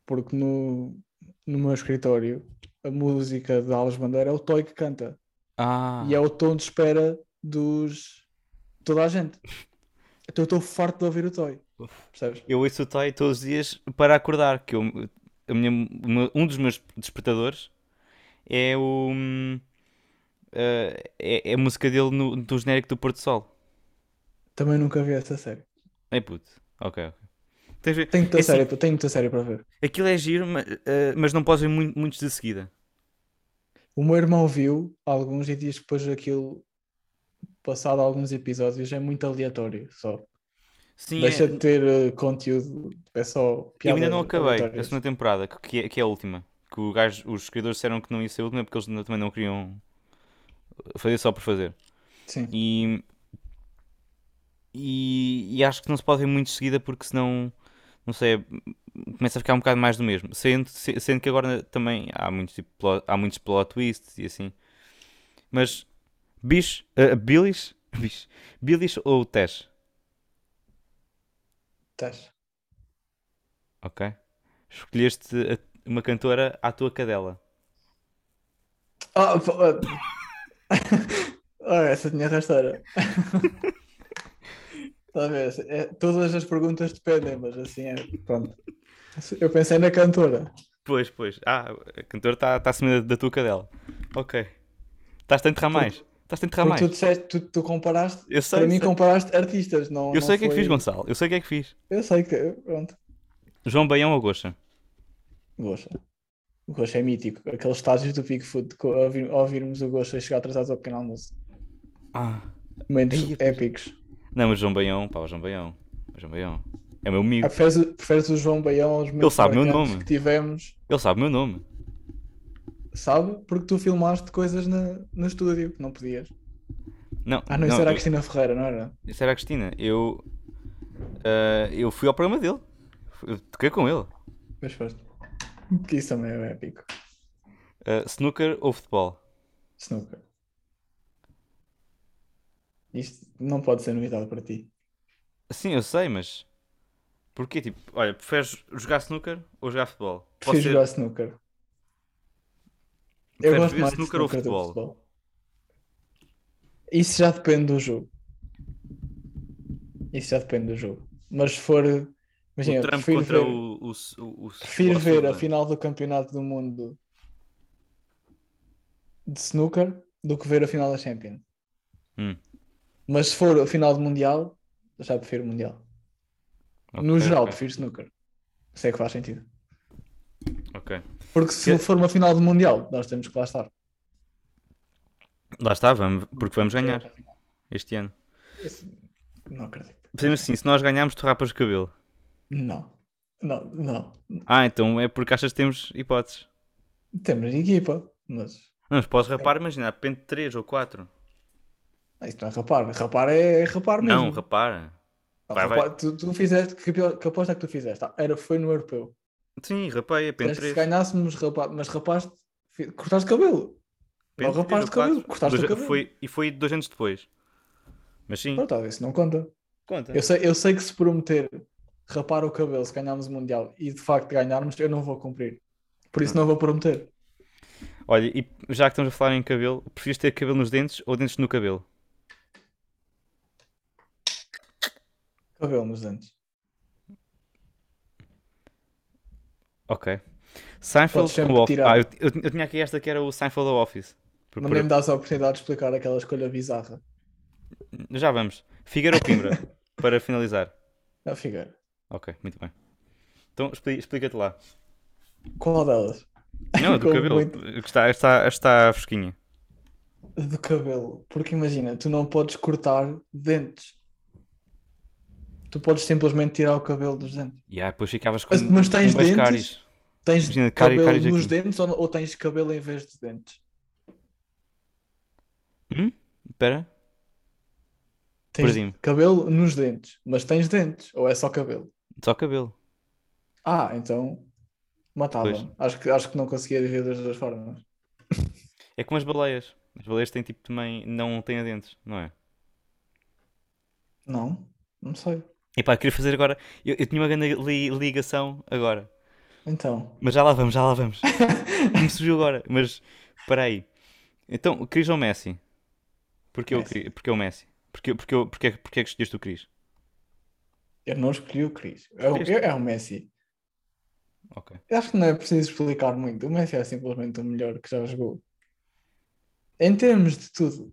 [SPEAKER 2] Porque no, no meu escritório a música de Alas Bandeira é o Toy que canta.
[SPEAKER 1] Ah,
[SPEAKER 2] E é o tom de espera dos toda a gente. Então eu estou farto de ouvir o Toy. Percebes?
[SPEAKER 1] eu ouço o Toy todos os dias para acordar. Que eu, a minha, o meu- um dos meus despertadores é o. hum, eh, é, é a música dele no, do genérico do Porto Sol.
[SPEAKER 2] Também nunca vi essa série.
[SPEAKER 1] É puto. Ok, ok. Tens de ver-
[SPEAKER 2] Tenho muita
[SPEAKER 1] é assim,
[SPEAKER 2] série, tenho muita série para ver.
[SPEAKER 1] aquilo é giro, mas, eh, mas não podes ver mu- muitos de seguida.
[SPEAKER 2] O meu irmão viu alguns e diz que depois aquilo, passado alguns episódios, é muito aleatório. Só
[SPEAKER 1] Sim,
[SPEAKER 2] deixa
[SPEAKER 1] é-
[SPEAKER 2] de ter eh, conteúdo, é só
[SPEAKER 1] Eu ainda
[SPEAKER 2] piadas
[SPEAKER 1] não acabei a
[SPEAKER 2] aleatórias.
[SPEAKER 1] segunda temporada, que- que é, que é a última. Que o gajo- os criadores disseram que não ia ser a última porque eles não- também não queriam fazer só por fazer.
[SPEAKER 2] Sim.
[SPEAKER 1] E, e, e acho que não se pode ver muito de seguida porque senão, não sei, começa a ficar um bocado mais do mesmo. Sendo, se- sendo que agora também há muitos, tipo, plot, há muitos plot twists e assim. Mas Bish, eh, Billish, Bish, Billish ou Tesh,
[SPEAKER 2] Teste.
[SPEAKER 1] ok? Escolheste a- uma cantora à tua cadela.
[SPEAKER 2] Ah, pô, ah. Ora, essa tinha rasteira. Talvez. É, todas as perguntas dependem, mas assim é. Pronto. Eu pensei na cantora.
[SPEAKER 1] Pois, pois. Ah, a cantora está tá acima da, da tua cadela. Ok. Estás-te a enterrar mais. Estás-te a enterrar Tá mais.
[SPEAKER 2] Porque tu, disseste, tu, tu comparaste.
[SPEAKER 1] Eu sei,
[SPEAKER 2] para
[SPEAKER 1] eu
[SPEAKER 2] mim,
[SPEAKER 1] sei.
[SPEAKER 2] comparaste artistas. Não,
[SPEAKER 1] Eu
[SPEAKER 2] não
[SPEAKER 1] sei o que é que
[SPEAKER 2] foi-
[SPEAKER 1] fiz, Gonçalo. Eu sei o que é que fiz.
[SPEAKER 2] Eu sei que. Pronto.
[SPEAKER 1] João Baião ou Goxa?
[SPEAKER 2] Gosta. O Gosta é mítico. Aqueles estágios do Bigfoot, co- a ouvir- a ouvirmos o Gosta chegar atrasado ao pequeno almoço.
[SPEAKER 1] Ah.
[SPEAKER 2] Momentos
[SPEAKER 1] Ai, eu-
[SPEAKER 2] épicos.
[SPEAKER 1] Não, mas João Baião, pá, o João Baião. O João Baião. É meu
[SPEAKER 2] Ah,
[SPEAKER 1] amigo.
[SPEAKER 2] Preferes, o- preferes o João Baião aos momentos
[SPEAKER 1] sabe o meu
[SPEAKER 2] marcantes
[SPEAKER 1] nome.
[SPEAKER 2] que tivemos.
[SPEAKER 1] Ele sabe o meu nome.
[SPEAKER 2] Sabe? Porque tu filmaste coisas na, no estúdio que não podias.
[SPEAKER 1] Não,
[SPEAKER 2] Ah, não, isso era a
[SPEAKER 1] eu-
[SPEAKER 2] Cristina Ferreira, não era?
[SPEAKER 1] isso era a Cristina. Eu, ah, eu fui ao programa dele. Eu toquei com ele.
[SPEAKER 2] Mas foste. Que isso também é épico.
[SPEAKER 1] Ah, snooker ou futebol?
[SPEAKER 2] Snooker. Isto não pode ser novidade para ti.
[SPEAKER 1] Sim, eu sei, mas. Porquê? Tipo, olha, preferes jogar snooker ou jogar futebol?
[SPEAKER 2] Prefiro
[SPEAKER 1] ser-
[SPEAKER 2] jogar snooker. Eu
[SPEAKER 1] preferes
[SPEAKER 2] gosto
[SPEAKER 1] ver
[SPEAKER 2] mais de
[SPEAKER 1] snooker ou
[SPEAKER 2] snooker do que
[SPEAKER 1] futebol?
[SPEAKER 2] futebol. Isso já depende do jogo. Isso já depende do jogo. Mas se for. Imagina,
[SPEAKER 1] o Trump
[SPEAKER 2] prefiro
[SPEAKER 1] contra
[SPEAKER 2] ver-
[SPEAKER 1] o, o, o, o-
[SPEAKER 2] Prefiro
[SPEAKER 1] o-
[SPEAKER 2] ver a
[SPEAKER 1] o-
[SPEAKER 2] final do Campeonato do Mundo de snooker do que ver a final da Champions.
[SPEAKER 1] Hum.
[SPEAKER 2] Mas se for a final do Mundial, eu já prefiro o Mundial. No
[SPEAKER 1] Ok,
[SPEAKER 2] geral,
[SPEAKER 1] ok,
[SPEAKER 2] prefiro snooker. Se é que faz sentido.
[SPEAKER 1] ok.
[SPEAKER 2] Porque se
[SPEAKER 1] Que-
[SPEAKER 2] for uma final do Mundial, nós temos que lá estar.
[SPEAKER 1] Lá está, vamos, porque vamos ganhar este ano.
[SPEAKER 2] Isso- Não acredito.
[SPEAKER 1] Fazemos assim, se nós ganharmos, tu rapas o cabelo.
[SPEAKER 2] Não. Não, não.
[SPEAKER 1] Ah, então é porque achas que temos hipóteses.
[SPEAKER 2] Temos equipa, mas.
[SPEAKER 1] Não, mas podes rapar, imagina, de repente 3 ou 4.
[SPEAKER 2] Ah, Isto não é rapar. Rapar é rapar mesmo.
[SPEAKER 1] Não, rapar.
[SPEAKER 2] Não,
[SPEAKER 1] vai,
[SPEAKER 2] rapar- Tu, tu fizeste. Que, que aposta é que tu fizeste? Ah, Era, foi no europeu.
[SPEAKER 1] Sim, rapei, é
[SPEAKER 2] Mas
[SPEAKER 1] pente
[SPEAKER 2] se
[SPEAKER 1] 3.
[SPEAKER 2] ganhássemos, rapaz, mas rapaste, fi- cortaste cabelo. Não rapaste cabelo, cortaste o cabelo.
[SPEAKER 1] Foi, e foi dois anos depois. Mas sim,
[SPEAKER 2] Pronto, isso não conta.
[SPEAKER 1] conta.
[SPEAKER 2] Eu sei, eu sei que se prometer rapar o cabelo se ganharmos o Mundial e de facto ganharmos, eu não vou cumprir. Por isso não vou prometer.
[SPEAKER 1] Olha, e já que estamos a falar em cabelo, preferes ter cabelo nos dentes ou dentes no cabelo?
[SPEAKER 2] Cabelo nos dentes.
[SPEAKER 1] Ok.
[SPEAKER 2] Podes
[SPEAKER 1] Seinfeld
[SPEAKER 2] sempre
[SPEAKER 1] ou Office?
[SPEAKER 2] tirar.
[SPEAKER 1] Ah, eu, eu- eu tinha aqui esta que era o Seinfeld ou Office. Por-
[SPEAKER 2] Mas
[SPEAKER 1] por-
[SPEAKER 2] nem me dás a oportunidade de explicar aquela escolha bizarra.
[SPEAKER 1] Já vamos. Figueira ou Coimbra? para finalizar.
[SPEAKER 2] Não, Figueira.
[SPEAKER 1] Ok, muito bem. Então expli- explica-te lá.
[SPEAKER 2] Qual delas?
[SPEAKER 1] Não, é do
[SPEAKER 2] Com
[SPEAKER 1] cabelo.
[SPEAKER 2] muito-
[SPEAKER 1] que Está, está, está fresquinha.
[SPEAKER 2] Do cabelo. Porque imagina, tu não podes cortar dentes. Tu podes simplesmente tirar o cabelo dos dentes.
[SPEAKER 1] E aí depois ficavas com
[SPEAKER 2] Mas- mas tens
[SPEAKER 1] com umas
[SPEAKER 2] dentes?
[SPEAKER 1] cáries.
[SPEAKER 2] Tens
[SPEAKER 1] Imagina, cari-
[SPEAKER 2] cabelo
[SPEAKER 1] caris
[SPEAKER 2] nos
[SPEAKER 1] aqui.
[SPEAKER 2] dentes ou, ou tens cabelo em vez de dentes?
[SPEAKER 1] Espera.
[SPEAKER 2] Tens
[SPEAKER 1] Perdi-me.
[SPEAKER 2] cabelo nos dentes, mas tens dentes, ou é só cabelo?
[SPEAKER 1] Só cabelo.
[SPEAKER 2] Ah, então matava.
[SPEAKER 1] Pois.
[SPEAKER 2] Acho que, acho que não conseguia viver das duas formas.
[SPEAKER 1] É como as baleias. As baleias têm tipo também. Não têm dentes, não é?
[SPEAKER 2] Não, não sei.
[SPEAKER 1] E pá, queria fazer agora. Eu, eu tinha uma grande li- ligação agora.
[SPEAKER 2] Então,
[SPEAKER 1] Mas já lá vamos, já lá vamos. Me surgiu agora. Mas espera aí. Então, Cris ou Messi? Porquê, O,
[SPEAKER 2] Messi.
[SPEAKER 1] Cri- porquê o Messi? Porquê, porquê, o- porquê, porquê é que escolheste o Cris?
[SPEAKER 2] eu não escolhi o Cris. É, o-
[SPEAKER 1] Escolheste?
[SPEAKER 2] é o Messi.
[SPEAKER 1] Ok.
[SPEAKER 2] Eu Acho que não é preciso explicar muito. O Messi é simplesmente o melhor que já jogou. Em termos de tudo,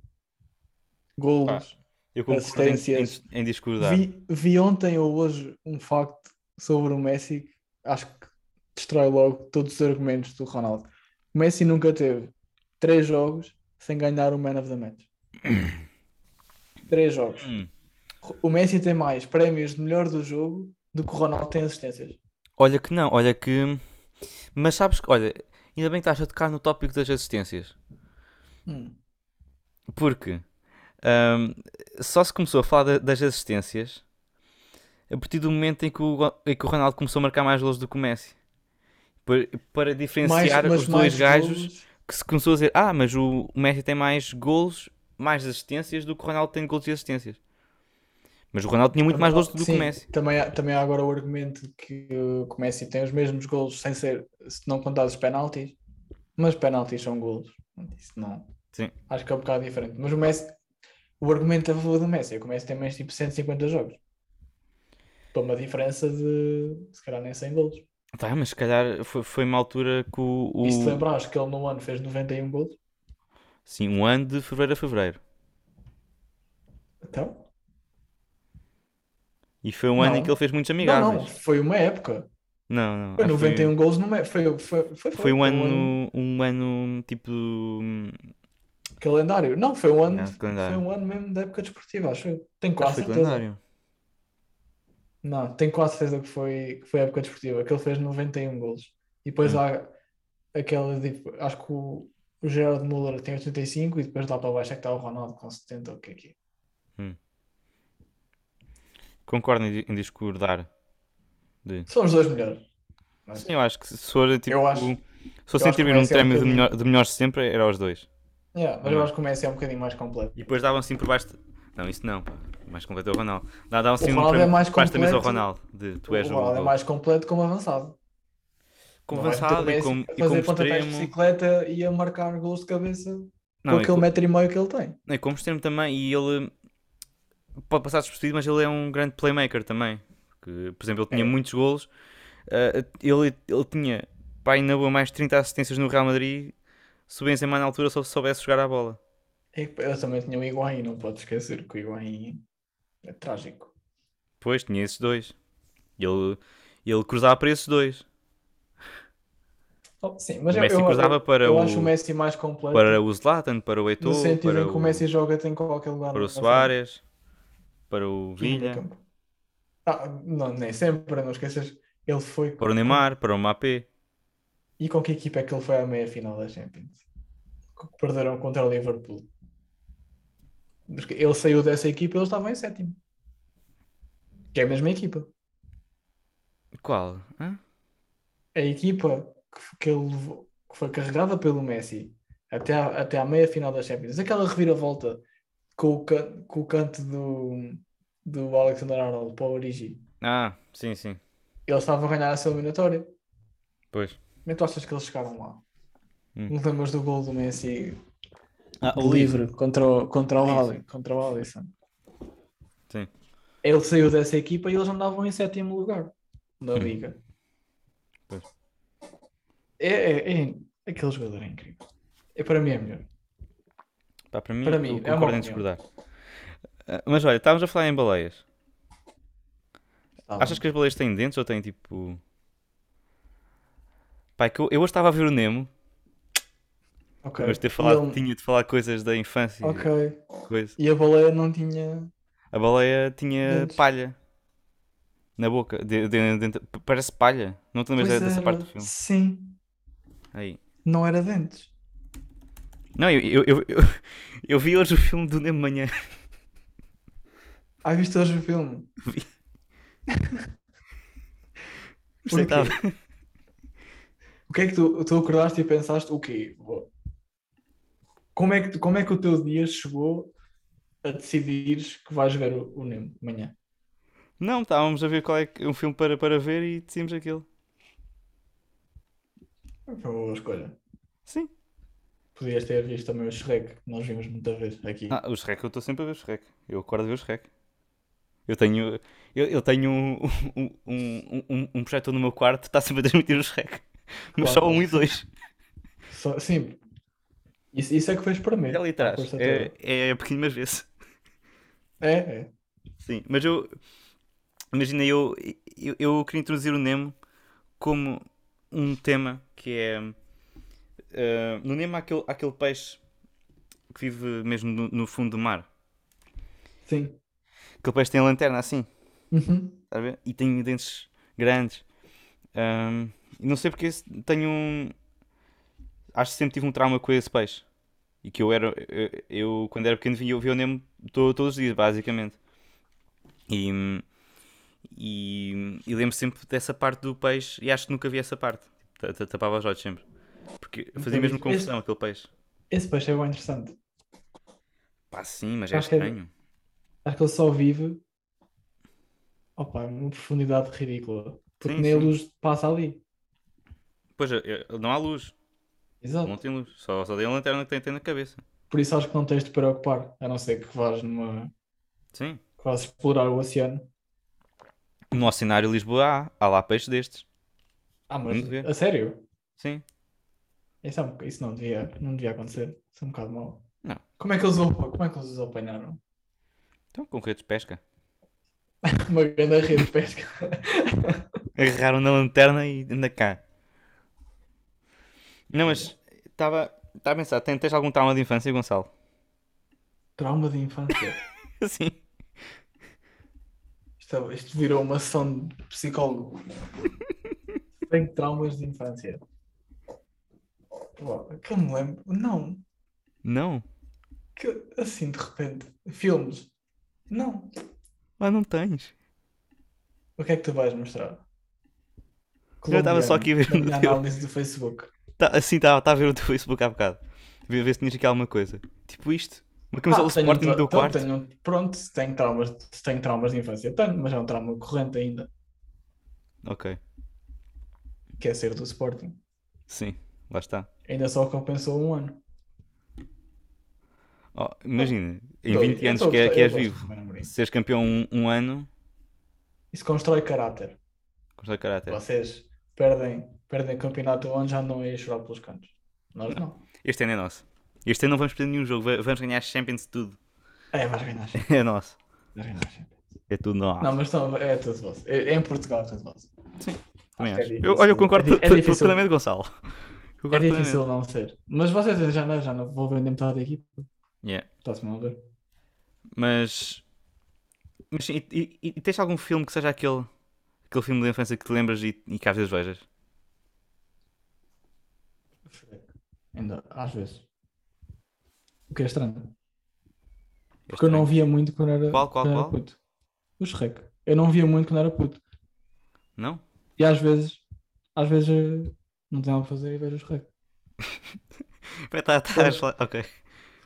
[SPEAKER 2] golos.
[SPEAKER 1] Eu concordo em,
[SPEAKER 2] Assistências.
[SPEAKER 1] em, em discordar.
[SPEAKER 2] vi, vi ontem ou hoje um facto sobre o Messi que acho que destrói logo todos os argumentos do Ronaldo. O Messi nunca teve três jogos sem ganhar o Man of the Match. três jogos.
[SPEAKER 1] Hum.
[SPEAKER 2] O Messi tem mais prémios de melhor do jogo do que o Ronaldo tem assistências.
[SPEAKER 1] Olha que não, olha que. Mas sabes que, olha, ainda bem que estás a tocar no tópico das assistências.
[SPEAKER 2] Hum.
[SPEAKER 1] Porque ahm, só se começou a falar da- das assistências a partir do momento em que o, Go- em que o Ronaldo começou a marcar mais golos do que o Messi. Para, para diferenciar
[SPEAKER 2] mas
[SPEAKER 1] os dois gajos,
[SPEAKER 2] golos-
[SPEAKER 1] que se começou a dizer: Ah, mas o, o Messi tem mais golos, mais assistências do que o Ronaldo tem golos e assistências. Mas o Ronaldo tinha muito mais golos do que o
[SPEAKER 2] Sim,
[SPEAKER 1] Messi.
[SPEAKER 2] Também há, também há agora o argumento que uh, que o Messi tem os mesmos golos sem ser, se não contar os penaltis, mas penaltis são golos. Isso não.
[SPEAKER 1] Sim.
[SPEAKER 2] Acho que é um bocado diferente. Mas o Messi, o argumento a favor do Messi é que o Messi tem mais tipo 150 jogos. Para uma diferença de se calhar nem 100 golos.
[SPEAKER 1] Tá, mas se calhar foi, foi uma altura que o. o-
[SPEAKER 2] E se te lembrares que ele no ano fez 91 golos,
[SPEAKER 1] Sim, um ano de fevereiro a fevereiro.
[SPEAKER 2] então.
[SPEAKER 1] E foi um ano em
[SPEAKER 2] Não.
[SPEAKER 1] que ele fez muitos
[SPEAKER 2] Não, não,
[SPEAKER 1] amigáveis.
[SPEAKER 2] foi uma época.
[SPEAKER 1] Não, não.
[SPEAKER 2] Foi
[SPEAKER 1] acho que
[SPEAKER 2] 91 golos numa época. Foi, foi, foi,
[SPEAKER 1] Foi um ano, um ano tipo. hum,
[SPEAKER 2] Calendário. Não, foi um ano.
[SPEAKER 1] É, de calendário.
[SPEAKER 2] Foi um ano mesmo da época desportiva, acho eu. Tenho
[SPEAKER 1] acho
[SPEAKER 2] quase
[SPEAKER 1] que foi
[SPEAKER 2] certeza.
[SPEAKER 1] calendário.
[SPEAKER 2] Não, tenho quase certeza que foi, que foi a época desportiva, que ele fez 91 golos. E depois
[SPEAKER 1] Hum.
[SPEAKER 2] há aquela. de- acho que o, o Gerard Müller tem 85 e depois lá para baixo é que está o Ronaldo com 70, ou o que é que é.
[SPEAKER 1] Concordo em, em discordar. De...
[SPEAKER 2] São os dois melhores. Mas-
[SPEAKER 1] Sim, eu acho que se se for tipo.
[SPEAKER 2] Eu acho-
[SPEAKER 1] se fosse
[SPEAKER 2] eu acho que o
[SPEAKER 1] atribuir um
[SPEAKER 2] Messi é um
[SPEAKER 1] prémio de,
[SPEAKER 2] bocadinho-
[SPEAKER 1] melhor, de melhores sempre, era os dois.
[SPEAKER 2] Yeah, mas eu
[SPEAKER 1] Hum.
[SPEAKER 2] acho que o Messi é um bocadinho mais completo.
[SPEAKER 1] E depois davam assim por baixo. de- Não, isso não. pá. Mais completo é o Ronaldo. Dá- Davam assim
[SPEAKER 2] O Ronaldo
[SPEAKER 1] por
[SPEAKER 2] é mais
[SPEAKER 1] por baixo da mesa ao
[SPEAKER 2] completo.
[SPEAKER 1] Ronaldo. De tu
[SPEAKER 2] O
[SPEAKER 1] és um o,
[SPEAKER 2] Ronaldo é mais completo como avançado.
[SPEAKER 1] com
[SPEAKER 2] Não é ter o
[SPEAKER 1] avançado e
[SPEAKER 2] Messi
[SPEAKER 1] como, e
[SPEAKER 2] a
[SPEAKER 1] como
[SPEAKER 2] fazer pontapés de
[SPEAKER 1] extremo.
[SPEAKER 2] bicicleta e a marcar gols de cabeça
[SPEAKER 1] Não,
[SPEAKER 2] com
[SPEAKER 1] e
[SPEAKER 2] aquele
[SPEAKER 1] co-
[SPEAKER 2] metro e meio que ele tem.
[SPEAKER 1] não, e É, como extremo também. E ele pode passar despercebido, mas ele é um grande playmaker também. Que, por exemplo, ele tinha
[SPEAKER 2] É.
[SPEAKER 1] muitos golos. Ah, ele, ele tinha, pai na boa, mais 30 assistências no Real Madrid. Se o Benzema na altura só soubesse jogar à bola.
[SPEAKER 2] É que Eu também tinha o Higuaín, não pode esquecer que o Higuaín é trágico.
[SPEAKER 1] Pois, tinha esses dois. E Ele, ele cruzava para esses dois.
[SPEAKER 2] Oh, sim, mas
[SPEAKER 1] O
[SPEAKER 2] eu-
[SPEAKER 1] Messi
[SPEAKER 2] eu,
[SPEAKER 1] cruzava
[SPEAKER 2] eu-
[SPEAKER 1] para
[SPEAKER 2] eu
[SPEAKER 1] o-
[SPEAKER 2] acho o Messi mais completo
[SPEAKER 1] Para o Zlatan, para o Eto'o,
[SPEAKER 2] no sentido
[SPEAKER 1] para
[SPEAKER 2] em que o
[SPEAKER 1] o-
[SPEAKER 2] Messi joga em qualquer lugar
[SPEAKER 1] para o
[SPEAKER 2] na frente
[SPEAKER 1] Soares, para o
[SPEAKER 2] do meio
[SPEAKER 1] Vinha,
[SPEAKER 2] campo. Ah, não, nem sempre, não esqueças. Ele foi.
[SPEAKER 1] para o Neymar, para o Mbappé.
[SPEAKER 2] E com que equipa é que ele foi à meia final da Champions? Que perderam contra o Liverpool. Porque Ele saiu dessa equipa e eles estavam em sétimo. Que é a mesma equipa.
[SPEAKER 1] Qual? Hã?
[SPEAKER 2] A equipa que, f- que ele levou- que foi carregada pelo Messi até à, até à meia final da Champions. Aquela reviravolta com o, can- com o canto do, do Alexander Arnold para o Origi.
[SPEAKER 1] Ah, sim, sim.
[SPEAKER 2] Eles estavam a ganhar essa eliminatória. Como
[SPEAKER 1] Pois.
[SPEAKER 2] é que tu achas que eles chegaram lá?
[SPEAKER 1] Hum.
[SPEAKER 2] Não te lembras do gol do Messi
[SPEAKER 1] Ah,
[SPEAKER 2] o livre contra o, contra o,
[SPEAKER 1] Alisson.
[SPEAKER 2] Ali, contra o Alisson.
[SPEAKER 1] Sim.
[SPEAKER 2] Ele saiu dessa equipa e eles andavam em sétimo lugar da liga.
[SPEAKER 1] Pois.
[SPEAKER 2] É, é, é- aquele jogador é incrível. É, para mim é melhor.
[SPEAKER 1] Pá, para mim,
[SPEAKER 2] Para
[SPEAKER 1] eu
[SPEAKER 2] mim, é uma
[SPEAKER 1] concordo em
[SPEAKER 2] opinião.
[SPEAKER 1] discordar. Ah, Mas olha, estávamos a falar em baleias.
[SPEAKER 2] Tá
[SPEAKER 1] Achas
[SPEAKER 2] bom.
[SPEAKER 1] que as baleias têm dentes ou têm tipo. Pá, é que eu, eu hoje estava a ver o Nemo,
[SPEAKER 2] Ok.
[SPEAKER 1] mas de ter
[SPEAKER 2] E
[SPEAKER 1] falado,
[SPEAKER 2] ele-
[SPEAKER 1] tinha de falar coisas da infância. e
[SPEAKER 2] Ok.
[SPEAKER 1] Coisa.
[SPEAKER 2] E a baleia não tinha.
[SPEAKER 1] A baleia tinha
[SPEAKER 2] Dentes.
[SPEAKER 1] palha na boca. de- de- de- parece palha. Não te lembras
[SPEAKER 2] Pois é,
[SPEAKER 1] dessa
[SPEAKER 2] era.
[SPEAKER 1] parte do filme?
[SPEAKER 2] Sim,
[SPEAKER 1] Aí.
[SPEAKER 2] não era dentes.
[SPEAKER 1] Não, eu, eu, eu, eu, eu vi hoje o filme do Nemo Manhã.
[SPEAKER 2] Ah, viste hoje o filme?
[SPEAKER 1] Sei
[SPEAKER 2] é
[SPEAKER 1] que tava-
[SPEAKER 2] O que é que tu, tu acordaste e pensaste o quê? Vou- Como é, que, tu- como é que o teu dia chegou a decidires que vais ver o, o Nemo amanhã?
[SPEAKER 1] Não, estávamos a ver qual é que- um filme para, para ver e decidimos aquele.
[SPEAKER 2] Foi uma boa escolha.
[SPEAKER 1] Sim.
[SPEAKER 2] Podias ter visto também o Shrek, que nós vimos muita vez aqui.
[SPEAKER 1] Ah, o Shrek, eu estou sempre a ver o Shrek. Eu acordo a ver o Shrek. Eu tenho, eu, eu tenho um, um, um, um, um projetor no meu quarto que está sempre a transmitir o Shrek. Mas só
[SPEAKER 2] Claro.
[SPEAKER 1] um e dois.
[SPEAKER 2] Só- sim. Isso, isso é que fez para mim.
[SPEAKER 1] É ali
[SPEAKER 2] a
[SPEAKER 1] atrás.
[SPEAKER 2] força
[SPEAKER 1] É,
[SPEAKER 2] toda.
[SPEAKER 1] é pequeninas vezes.
[SPEAKER 2] É, é.
[SPEAKER 1] Sim, mas eu. Imagina, eu, eu, eu queria introduzir o Nemo como um tema que é. eh, no Nemo há aquele, há aquele peixe que vive mesmo no, no fundo do mar.
[SPEAKER 2] Sim.
[SPEAKER 1] Aquele peixe tem a lanterna assim,
[SPEAKER 2] Uhum.
[SPEAKER 1] estás a ver? E tem dentes grandes. Ahm, e não sei porque esse- tenho um. Acho que sempre tive um trauma com esse peixe. E que eu era. Eu, eu, quando era pequeno, via, eu via o Nemo to- todos os dias, basicamente. E, hum, E, e lembro sempre dessa parte do peixe e acho que nunca vi essa parte. Ta- ta- Tapava os olhos sempre. Porque fazia mesmo
[SPEAKER 2] Esse-
[SPEAKER 1] confusão aquele peixe.
[SPEAKER 2] Esse peixe é bem interessante.
[SPEAKER 1] Pá, sim, mas é
[SPEAKER 2] Acho que é-
[SPEAKER 1] estranho.
[SPEAKER 2] Acho que ele só vive. Opa, é uma profundidade ridícula. Porque
[SPEAKER 1] Sim,
[SPEAKER 2] nem a
[SPEAKER 1] sim.
[SPEAKER 2] luz passa ali.
[SPEAKER 1] Pois, eu- eu- não há luz.
[SPEAKER 2] Exato.
[SPEAKER 1] Não tem luz. Só, só tem a lanterna que tem, tem na cabeça.
[SPEAKER 2] Por isso acho que não tens de te preocupar. A não ser que vás numa.
[SPEAKER 1] Sim.
[SPEAKER 2] que vás explorar o oceano.
[SPEAKER 1] No nosso cenário Lisboa há, há lá peixes destes.
[SPEAKER 2] Ah, mas
[SPEAKER 1] Vamos ver.
[SPEAKER 2] a sério?
[SPEAKER 1] Sim.
[SPEAKER 2] Isso, é um- isso não, devia, não devia acontecer. Isso é um bocado mau.
[SPEAKER 1] Não.
[SPEAKER 2] Como é que eles, o- como é que eles os apanharam?
[SPEAKER 1] Então, com redes de pesca.
[SPEAKER 2] Uma grande rede de pesca.
[SPEAKER 1] Agarraram na lanterna e anda cá. Não, mas estava estava a pensar, tem- tens algum trauma de infância, Gonçalo?
[SPEAKER 2] Trauma de infância.
[SPEAKER 1] Sim.
[SPEAKER 2] Isto, é- isto virou uma sessão de psicólogo. Tenho traumas de infância. Pô, que eu me lembro. Não.
[SPEAKER 1] Não.
[SPEAKER 2] Que, assim, de repente. Filmes. Não.
[SPEAKER 1] Mas não tens.
[SPEAKER 2] O que é que tu vais mostrar?
[SPEAKER 1] Eu tava só aqui a ver
[SPEAKER 2] Colombiano, na
[SPEAKER 1] no
[SPEAKER 2] minha
[SPEAKER 1] teu-
[SPEAKER 2] análise do Facebook.
[SPEAKER 1] Tá, assim, estava a ver o teu Facebook há bocado. Ver, ver se tinhas aqui alguma coisa. Tipo isto. Uma camisola
[SPEAKER 2] Ah, tenho
[SPEAKER 1] Sporting
[SPEAKER 2] tra-
[SPEAKER 1] do teu
[SPEAKER 2] então
[SPEAKER 1] quarto.
[SPEAKER 2] tenho- pronto, se tenho traumas, se tenho traumas de infância, tenho, mas é um trauma corrente ainda,
[SPEAKER 1] Ok.
[SPEAKER 2] que é ser do Sporting.
[SPEAKER 1] Sim. Lá está.
[SPEAKER 2] Ainda só compensou um ano.
[SPEAKER 1] Ó, Oh, imagina, em
[SPEAKER 2] Então,
[SPEAKER 1] 20
[SPEAKER 2] eu
[SPEAKER 1] anos
[SPEAKER 2] tô a
[SPEAKER 1] que, é,
[SPEAKER 2] gostar,
[SPEAKER 1] que
[SPEAKER 2] eu
[SPEAKER 1] és
[SPEAKER 2] gosto de
[SPEAKER 1] vivo,
[SPEAKER 2] Ruben Amorim.
[SPEAKER 1] seres campeão um, um ano,
[SPEAKER 2] Isso constrói caráter.
[SPEAKER 1] com o caráter.
[SPEAKER 2] Vocês perdem, perdem campeonato um ano, já andam aí a chorar pelos cantos. Nós não.
[SPEAKER 1] Este ano é nosso. Este ano não vamos perder nenhum jogo, va- vamos ganhar Champions tudo.
[SPEAKER 2] É, vais ganhar. vais
[SPEAKER 1] É nosso.
[SPEAKER 2] ganhar sempre.
[SPEAKER 1] É tudo nosso.
[SPEAKER 2] Não, mas não, é tudo vosso. É, é em Portugal, é tudo vosso.
[SPEAKER 1] Também
[SPEAKER 2] Acho
[SPEAKER 1] acho.
[SPEAKER 2] que é
[SPEAKER 1] Eu-
[SPEAKER 2] difícil.
[SPEAKER 1] olha, eu concordo
[SPEAKER 2] É di- é
[SPEAKER 1] pl- pl-
[SPEAKER 2] difícil.
[SPEAKER 1] plenamente, Gonçalo.
[SPEAKER 2] É
[SPEAKER 1] Concordo plenamente.
[SPEAKER 2] difícil não ser. Mas vocês já não, já não vou vender metade da equipa.
[SPEAKER 1] Yeah.
[SPEAKER 2] Está-se mal a ver.
[SPEAKER 1] Mas. Mas sim, e, e- e tens algum filme que seja aquele. Aquele filme da infância que te lembras e, e que às vezes vejas?
[SPEAKER 2] Ainda, às vezes. O que é estranho.
[SPEAKER 1] É
[SPEAKER 2] Porque eu não via muito quando era,
[SPEAKER 1] Qual, qual,
[SPEAKER 2] quando era
[SPEAKER 1] qual?
[SPEAKER 2] puto. O Shrek. Eu não via muito quando era puto.
[SPEAKER 1] estranho. Não?
[SPEAKER 2] E às vezes, às vezes eh, não tenho nada a fazer e vejo o Shrek.
[SPEAKER 1] Vai, tá, tá, acho lá- Ok.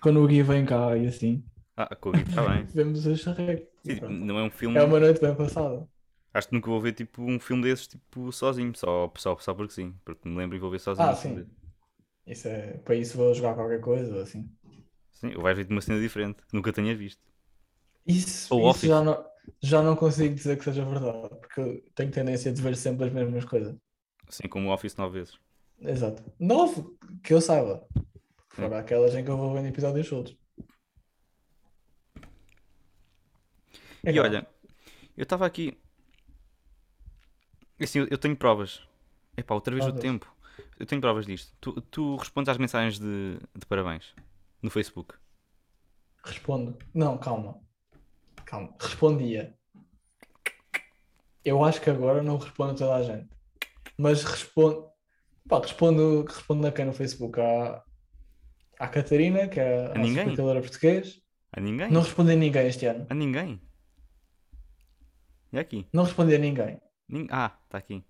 [SPEAKER 2] Quando o Gui vem cá e assim,
[SPEAKER 1] Ah, com o Gui, tá bem.
[SPEAKER 2] vemos o Shrek. E
[SPEAKER 1] Sim,
[SPEAKER 2] pronto.
[SPEAKER 1] não é um filme.
[SPEAKER 2] É uma noite bem passada.
[SPEAKER 1] Acho que nunca vou ver tipo, um filme desses tipo, sozinho, só, só, só porque sim. Porque me lembro e vou ver sozinho.
[SPEAKER 2] Ah,
[SPEAKER 1] um filme
[SPEAKER 2] sim.
[SPEAKER 1] desses.
[SPEAKER 2] Isso é, para isso vou jogar qualquer coisa ou assim.
[SPEAKER 1] Sim, ou vais ver uma cena diferente que nunca tenhas visto.
[SPEAKER 2] Isso,
[SPEAKER 1] Ou
[SPEAKER 2] isso já, não, já não consigo dizer que seja verdade, porque eu tenho tendência de ver sempre as mesmas coisas.
[SPEAKER 1] Assim como o Office nove vezes.
[SPEAKER 2] Exato. Novo, que eu saiba.
[SPEAKER 1] Sim.
[SPEAKER 2] Fora aquelas em que eu vou vendo episódios soltos.
[SPEAKER 1] E olha, eu estava aqui. Assim, eu, eu tenho provas. Epá, outra vez o
[SPEAKER 2] Provas?
[SPEAKER 1] tempo. Eu tenho provas disto. Tu, tu respondes às mensagens de, de parabéns no Facebook.
[SPEAKER 2] Respondo. Não, calma. Calma. Respondia. Eu acho que agora não respondo a toda a gente. Mas respondo. Pá, respondo, respondo a quem no Facebook? À, à Catarina, que é a,
[SPEAKER 1] A ninguém?
[SPEAKER 2] espectadora português.
[SPEAKER 1] A ninguém?
[SPEAKER 2] Não respondi a ninguém este ano.
[SPEAKER 1] A ninguém? E aqui?
[SPEAKER 2] Não respondi a ninguém.
[SPEAKER 1] Nin- Ah, está aqui.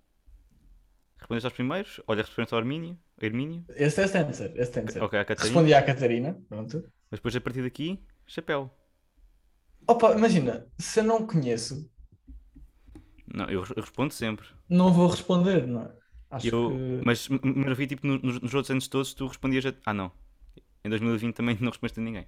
[SPEAKER 1] Respondeste aos primeiros? Olha, respondeste ao Armínio. Hermínio.
[SPEAKER 2] Esse é Sensor. Esse tem de ser.
[SPEAKER 1] Ok, a Catarina.
[SPEAKER 2] Respondi à Catarina. Pronto.
[SPEAKER 1] Mas depois a partir daqui, chapéu.
[SPEAKER 2] Opa, imagina, se eu não conheço,
[SPEAKER 1] Não, eu, res- eu respondo sempre.
[SPEAKER 2] não vou responder, não é? Acho
[SPEAKER 1] Eu-
[SPEAKER 2] que.
[SPEAKER 1] Mas m- mas eu vi tipo no- nos, nos outros anos todos tu respondias a... Ah não. Em 2020 também não respondeste a ninguém.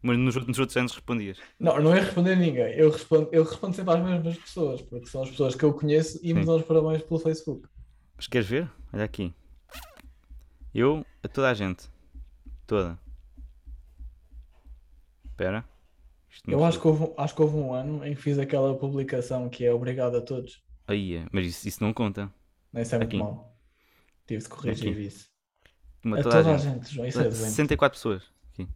[SPEAKER 1] Mas nos, outros- nos outros anos respondias.
[SPEAKER 2] Não, não é responder a ninguém. Eu respondo, eu respondo sempre às mesmas pessoas, porque são as pessoas que eu conheço e me
[SPEAKER 1] Sim.
[SPEAKER 2] dão os parabéns pelo Facebook.
[SPEAKER 1] Mas queres ver? Olha aqui. Eu a toda a gente. Toda. Espera. Isto não
[SPEAKER 2] Eu acho
[SPEAKER 1] sei.
[SPEAKER 2] que, houve, acho que houve um ano em que fiz aquela publicação que é obrigado a todos.
[SPEAKER 1] Aí é. Mas isso, isso não conta.
[SPEAKER 2] Nem sei muito
[SPEAKER 1] Aqui.
[SPEAKER 2] mal. Tive de corrigir
[SPEAKER 1] Aqui.
[SPEAKER 2] isso.
[SPEAKER 1] Uma,
[SPEAKER 2] A toda a gente, João, isso é doente.
[SPEAKER 1] 64 pessoas. Aqui.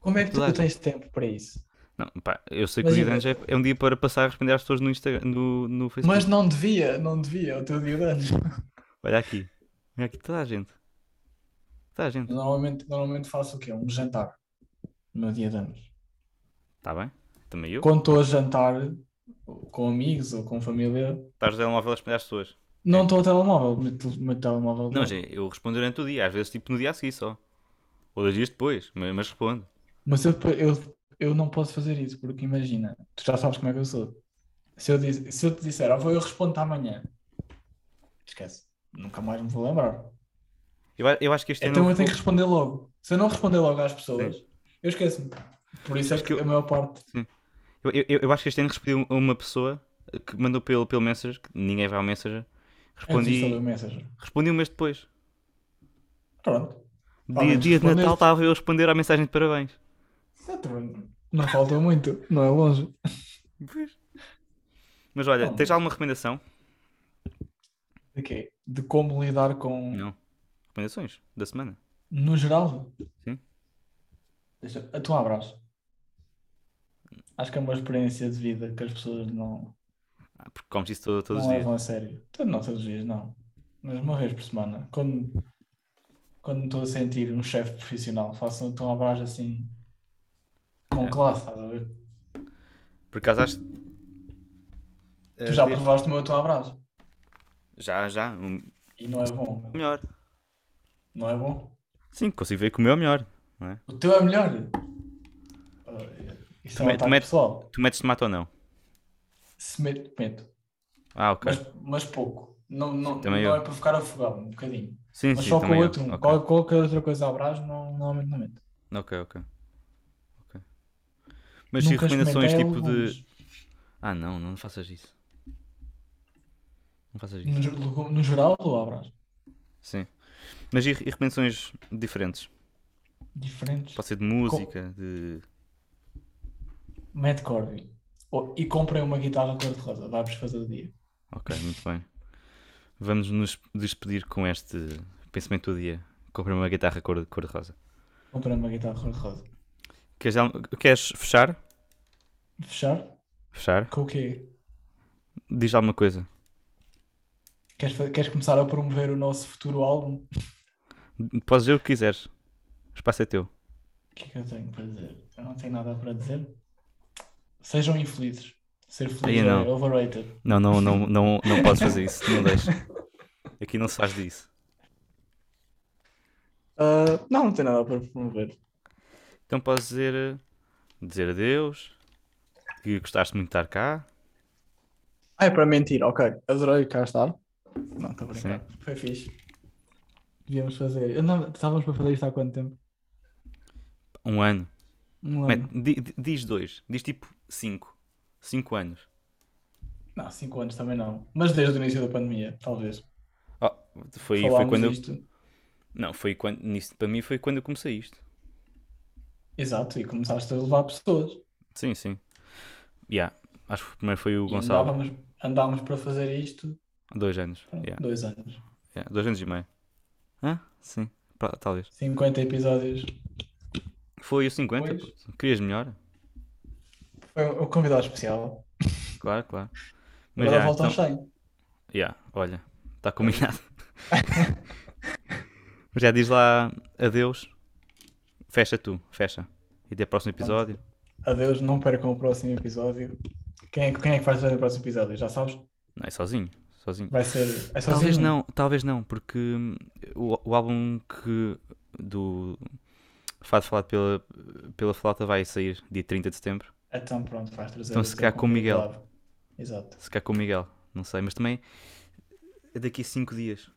[SPEAKER 2] Como é que
[SPEAKER 1] toda a
[SPEAKER 2] tu tens tempo para isso?
[SPEAKER 1] Não, pá, eu sei que o dia de
[SPEAKER 2] Imagina.
[SPEAKER 1] anos é, é um dia para passar a responder às pessoas no Instagram, no, no Facebook.
[SPEAKER 2] Mas não devia, não devia, é o teu dia de anos.
[SPEAKER 1] Olha aqui. Olha aqui toda a gente. Toda a gente.
[SPEAKER 2] Normalmente, normalmente faço o quê? Um jantar no meu dia de anos.
[SPEAKER 1] Está Tá bem? Também eu.
[SPEAKER 2] Quando estou a jantar, com amigos ou com família,
[SPEAKER 1] Estás no telemóvel a responder às pessoas.
[SPEAKER 2] não estou ao telemóvel, meto meto o telemóvel.
[SPEAKER 1] Não, mas é- eu respondo durante o dia, às vezes tipo no dia a seguir só. Ou dois dias depois, mas, mas respondo.
[SPEAKER 2] Mas eu, eu, eu não posso fazer isso, porque imagina, tu já sabes como é que eu sou. Se eu, diz- se eu te disser, "Ah, vou eu respondo amanhã, esquece, nunca mais me vou lembrar.
[SPEAKER 1] Eu, a- eu acho que este
[SPEAKER 2] Então
[SPEAKER 1] ano.
[SPEAKER 2] eu tenho que responder logo. Se eu não responder logo às pessoas, eu esqueço-me. Por isso é
[SPEAKER 1] Acho
[SPEAKER 2] que
[SPEAKER 1] que eu-
[SPEAKER 2] a maior parte.
[SPEAKER 1] Eu, eu- eu acho que este ano respondi a uma pessoa que mandou pelo, pelo Messenger, que ninguém vai ao Messenger.
[SPEAKER 2] Respondi.
[SPEAKER 1] Respondi,
[SPEAKER 2] o Messenger.
[SPEAKER 1] respondi um mês depois.
[SPEAKER 2] Pronto. Ao
[SPEAKER 1] Dia,
[SPEAKER 2] menos
[SPEAKER 1] dia de Natal
[SPEAKER 2] respondeste.
[SPEAKER 1] estava eu a responder à mensagem de parabéns.
[SPEAKER 2] Exato, mano. Não falta muito, não é longe.
[SPEAKER 1] Mas olha,
[SPEAKER 2] Oh,
[SPEAKER 1] tens alguma recomendação?
[SPEAKER 2] De quê? De como lidar com.
[SPEAKER 1] Não. Recomendações da semana.
[SPEAKER 2] No geral?
[SPEAKER 1] Sim.
[SPEAKER 2] Deixa... A tua abraço. Acho que é uma experiência de vida que as pessoas não,
[SPEAKER 1] Ah, Porque comes isso todo- todos os
[SPEAKER 2] não
[SPEAKER 1] dias.
[SPEAKER 2] levam a sério. Então, Não todos os dias, não. Mas uma vez por semana. Quando, quando estou a sentir um chefe profissional, faço um tom abraço assim.
[SPEAKER 1] É.
[SPEAKER 2] Com classe, estás a ver?
[SPEAKER 1] Por acaso acho.
[SPEAKER 2] Tu já
[SPEAKER 1] Eh,
[SPEAKER 2] provaste o meu tom abraço.
[SPEAKER 1] já, já. Um...
[SPEAKER 2] E não é bom, meu.
[SPEAKER 1] Melhor.
[SPEAKER 2] não é bom.
[SPEAKER 1] Sim, consigo ver que o meu é melhor.
[SPEAKER 2] O teu é melhor. Ah, Isso
[SPEAKER 1] Tu
[SPEAKER 2] é um
[SPEAKER 1] me- tu
[SPEAKER 2] ataque
[SPEAKER 1] metes-
[SPEAKER 2] pessoal.
[SPEAKER 1] Tu metes tomate ou não?
[SPEAKER 2] Se meto, meto.
[SPEAKER 1] Ah, ok.
[SPEAKER 2] Mas, mas pouco. Não, não,
[SPEAKER 1] Também
[SPEAKER 2] não
[SPEAKER 1] eu.
[SPEAKER 2] é para ficar afogado, um bocadinho.
[SPEAKER 1] sim,
[SPEAKER 2] Mas
[SPEAKER 1] sim,
[SPEAKER 2] só com
[SPEAKER 1] também eu.
[SPEAKER 2] outro.
[SPEAKER 1] Ok.
[SPEAKER 2] Qual, qualquer outra coisa abraço, não, normalmente não meto.
[SPEAKER 1] Ok, ok. Ok. Mas e
[SPEAKER 2] Nunca
[SPEAKER 1] recomendações
[SPEAKER 2] experimentei
[SPEAKER 1] tipo
[SPEAKER 2] legumes.
[SPEAKER 1] de. Ah, não, não faças isso. Não faças isso.
[SPEAKER 2] No, ge- legu- no geral, ou abraço?
[SPEAKER 1] Sim. Mas e, e recomendações diferentes?
[SPEAKER 2] Diferentes.
[SPEAKER 1] Pode ser de música, de.
[SPEAKER 2] Mete Corby. Ou- e comprem uma guitarra cor-de-rosa. Vai-vos fazer o dia.
[SPEAKER 1] Ok, muito bem. Vamos nos despedir com este pensamento do dia. Comprei uma guitarra cor- cor-de-rosa.
[SPEAKER 2] Comprem uma guitarra cor-de-rosa.
[SPEAKER 1] Queres, al- queres fechar?
[SPEAKER 2] Fechar?
[SPEAKER 1] Fechar?
[SPEAKER 2] Com o quê?
[SPEAKER 1] Diz alguma coisa.
[SPEAKER 2] Queres, fa- queres começar a promover o nosso futuro álbum?
[SPEAKER 1] Podes dizer o que quiseres. O espaço é teu.
[SPEAKER 2] O que é que eu tenho para dizer? Eu não tenho nada para dizer. Sejam infelizes. Ser feliz
[SPEAKER 1] Aí não.
[SPEAKER 2] é overrated.
[SPEAKER 1] Não, não, não, não, não podes fazer isso. Não deixes. Aqui não se faz disso.
[SPEAKER 2] Ah, não, não tenho nada para promover.
[SPEAKER 1] Então podes dizer, eh, dizer adeus, que gostaste muito de estar cá.
[SPEAKER 2] Ah, é para mentir, ok. Adorei cá estar. Não, estou a brincar. Foi fixe. Devíamos fazer. Eu não- Estávamos para fazer isto há quanto tempo?
[SPEAKER 1] Um ano.
[SPEAKER 2] Um ano.
[SPEAKER 1] Mete- di- di- diz dois. Diz tipo cinco. Cinco anos.
[SPEAKER 2] Não, cinco anos também não. Mas desde o início da pandemia, talvez.
[SPEAKER 1] Oh, foi, foi
[SPEAKER 2] Falámos
[SPEAKER 1] quando eu-
[SPEAKER 2] disto.
[SPEAKER 1] Não, foi quando. Nisso, para mim foi quando eu comecei isto.
[SPEAKER 2] Exato, e começaste a levar pessoas.
[SPEAKER 1] Sim, sim. Yeah. Acho que o primeiro foi o
[SPEAKER 2] E
[SPEAKER 1] Gonçalo.
[SPEAKER 2] Andávamos, andávamos para fazer isto
[SPEAKER 1] Dois anos.
[SPEAKER 2] há
[SPEAKER 1] Yeah.
[SPEAKER 2] dois anos.
[SPEAKER 1] Yeah. Dois anos e meio. Hã? Sim. Pá, Talvez.
[SPEAKER 2] 50 episódios.
[SPEAKER 1] Foi o 50.
[SPEAKER 2] Pois.
[SPEAKER 1] puto. Querias melhor?
[SPEAKER 2] Foi um convidado especial.
[SPEAKER 1] Claro, claro. Mas
[SPEAKER 2] Agora
[SPEAKER 1] já,
[SPEAKER 2] volta
[SPEAKER 1] então-
[SPEAKER 2] aos 100.
[SPEAKER 1] Yeah, olha, está combinado. Tá Já diz lá adeus. Fecha tu, fecha. E até o próximo episódio.
[SPEAKER 2] Adeus, não percam o próximo episódio. Quem é, que- quem é que vai ser o próximo episódio? Já sabes?
[SPEAKER 1] Não, é sozinho. Sozinho.
[SPEAKER 2] Vai ser. É sozinho?
[SPEAKER 1] Talvez não, talvez não, porque hum, o, o álbum que do Fado Falado pela, pela Flauta vai sair dia 30 de setembro.
[SPEAKER 2] Então pronto, vais trazer.
[SPEAKER 1] Então,
[SPEAKER 2] o
[SPEAKER 1] se
[SPEAKER 2] teu
[SPEAKER 1] calhar com o Miguel.
[SPEAKER 2] convidado. Exato.
[SPEAKER 1] Se calhar com o Miguel, não sei, mas também é daqui a 5 dias.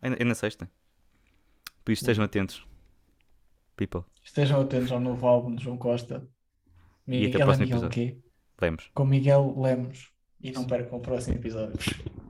[SPEAKER 1] É na, é na sexta. Por isso estejam atentos. People,
[SPEAKER 2] Estejam atentos ao novo álbum de João Costa.
[SPEAKER 1] E até o
[SPEAKER 2] Miguel é
[SPEAKER 1] próximo
[SPEAKER 2] Miguel
[SPEAKER 1] episódio.
[SPEAKER 2] quê?
[SPEAKER 1] lemos.
[SPEAKER 2] Com Miguel Lemos. E não percam o próximo episódio.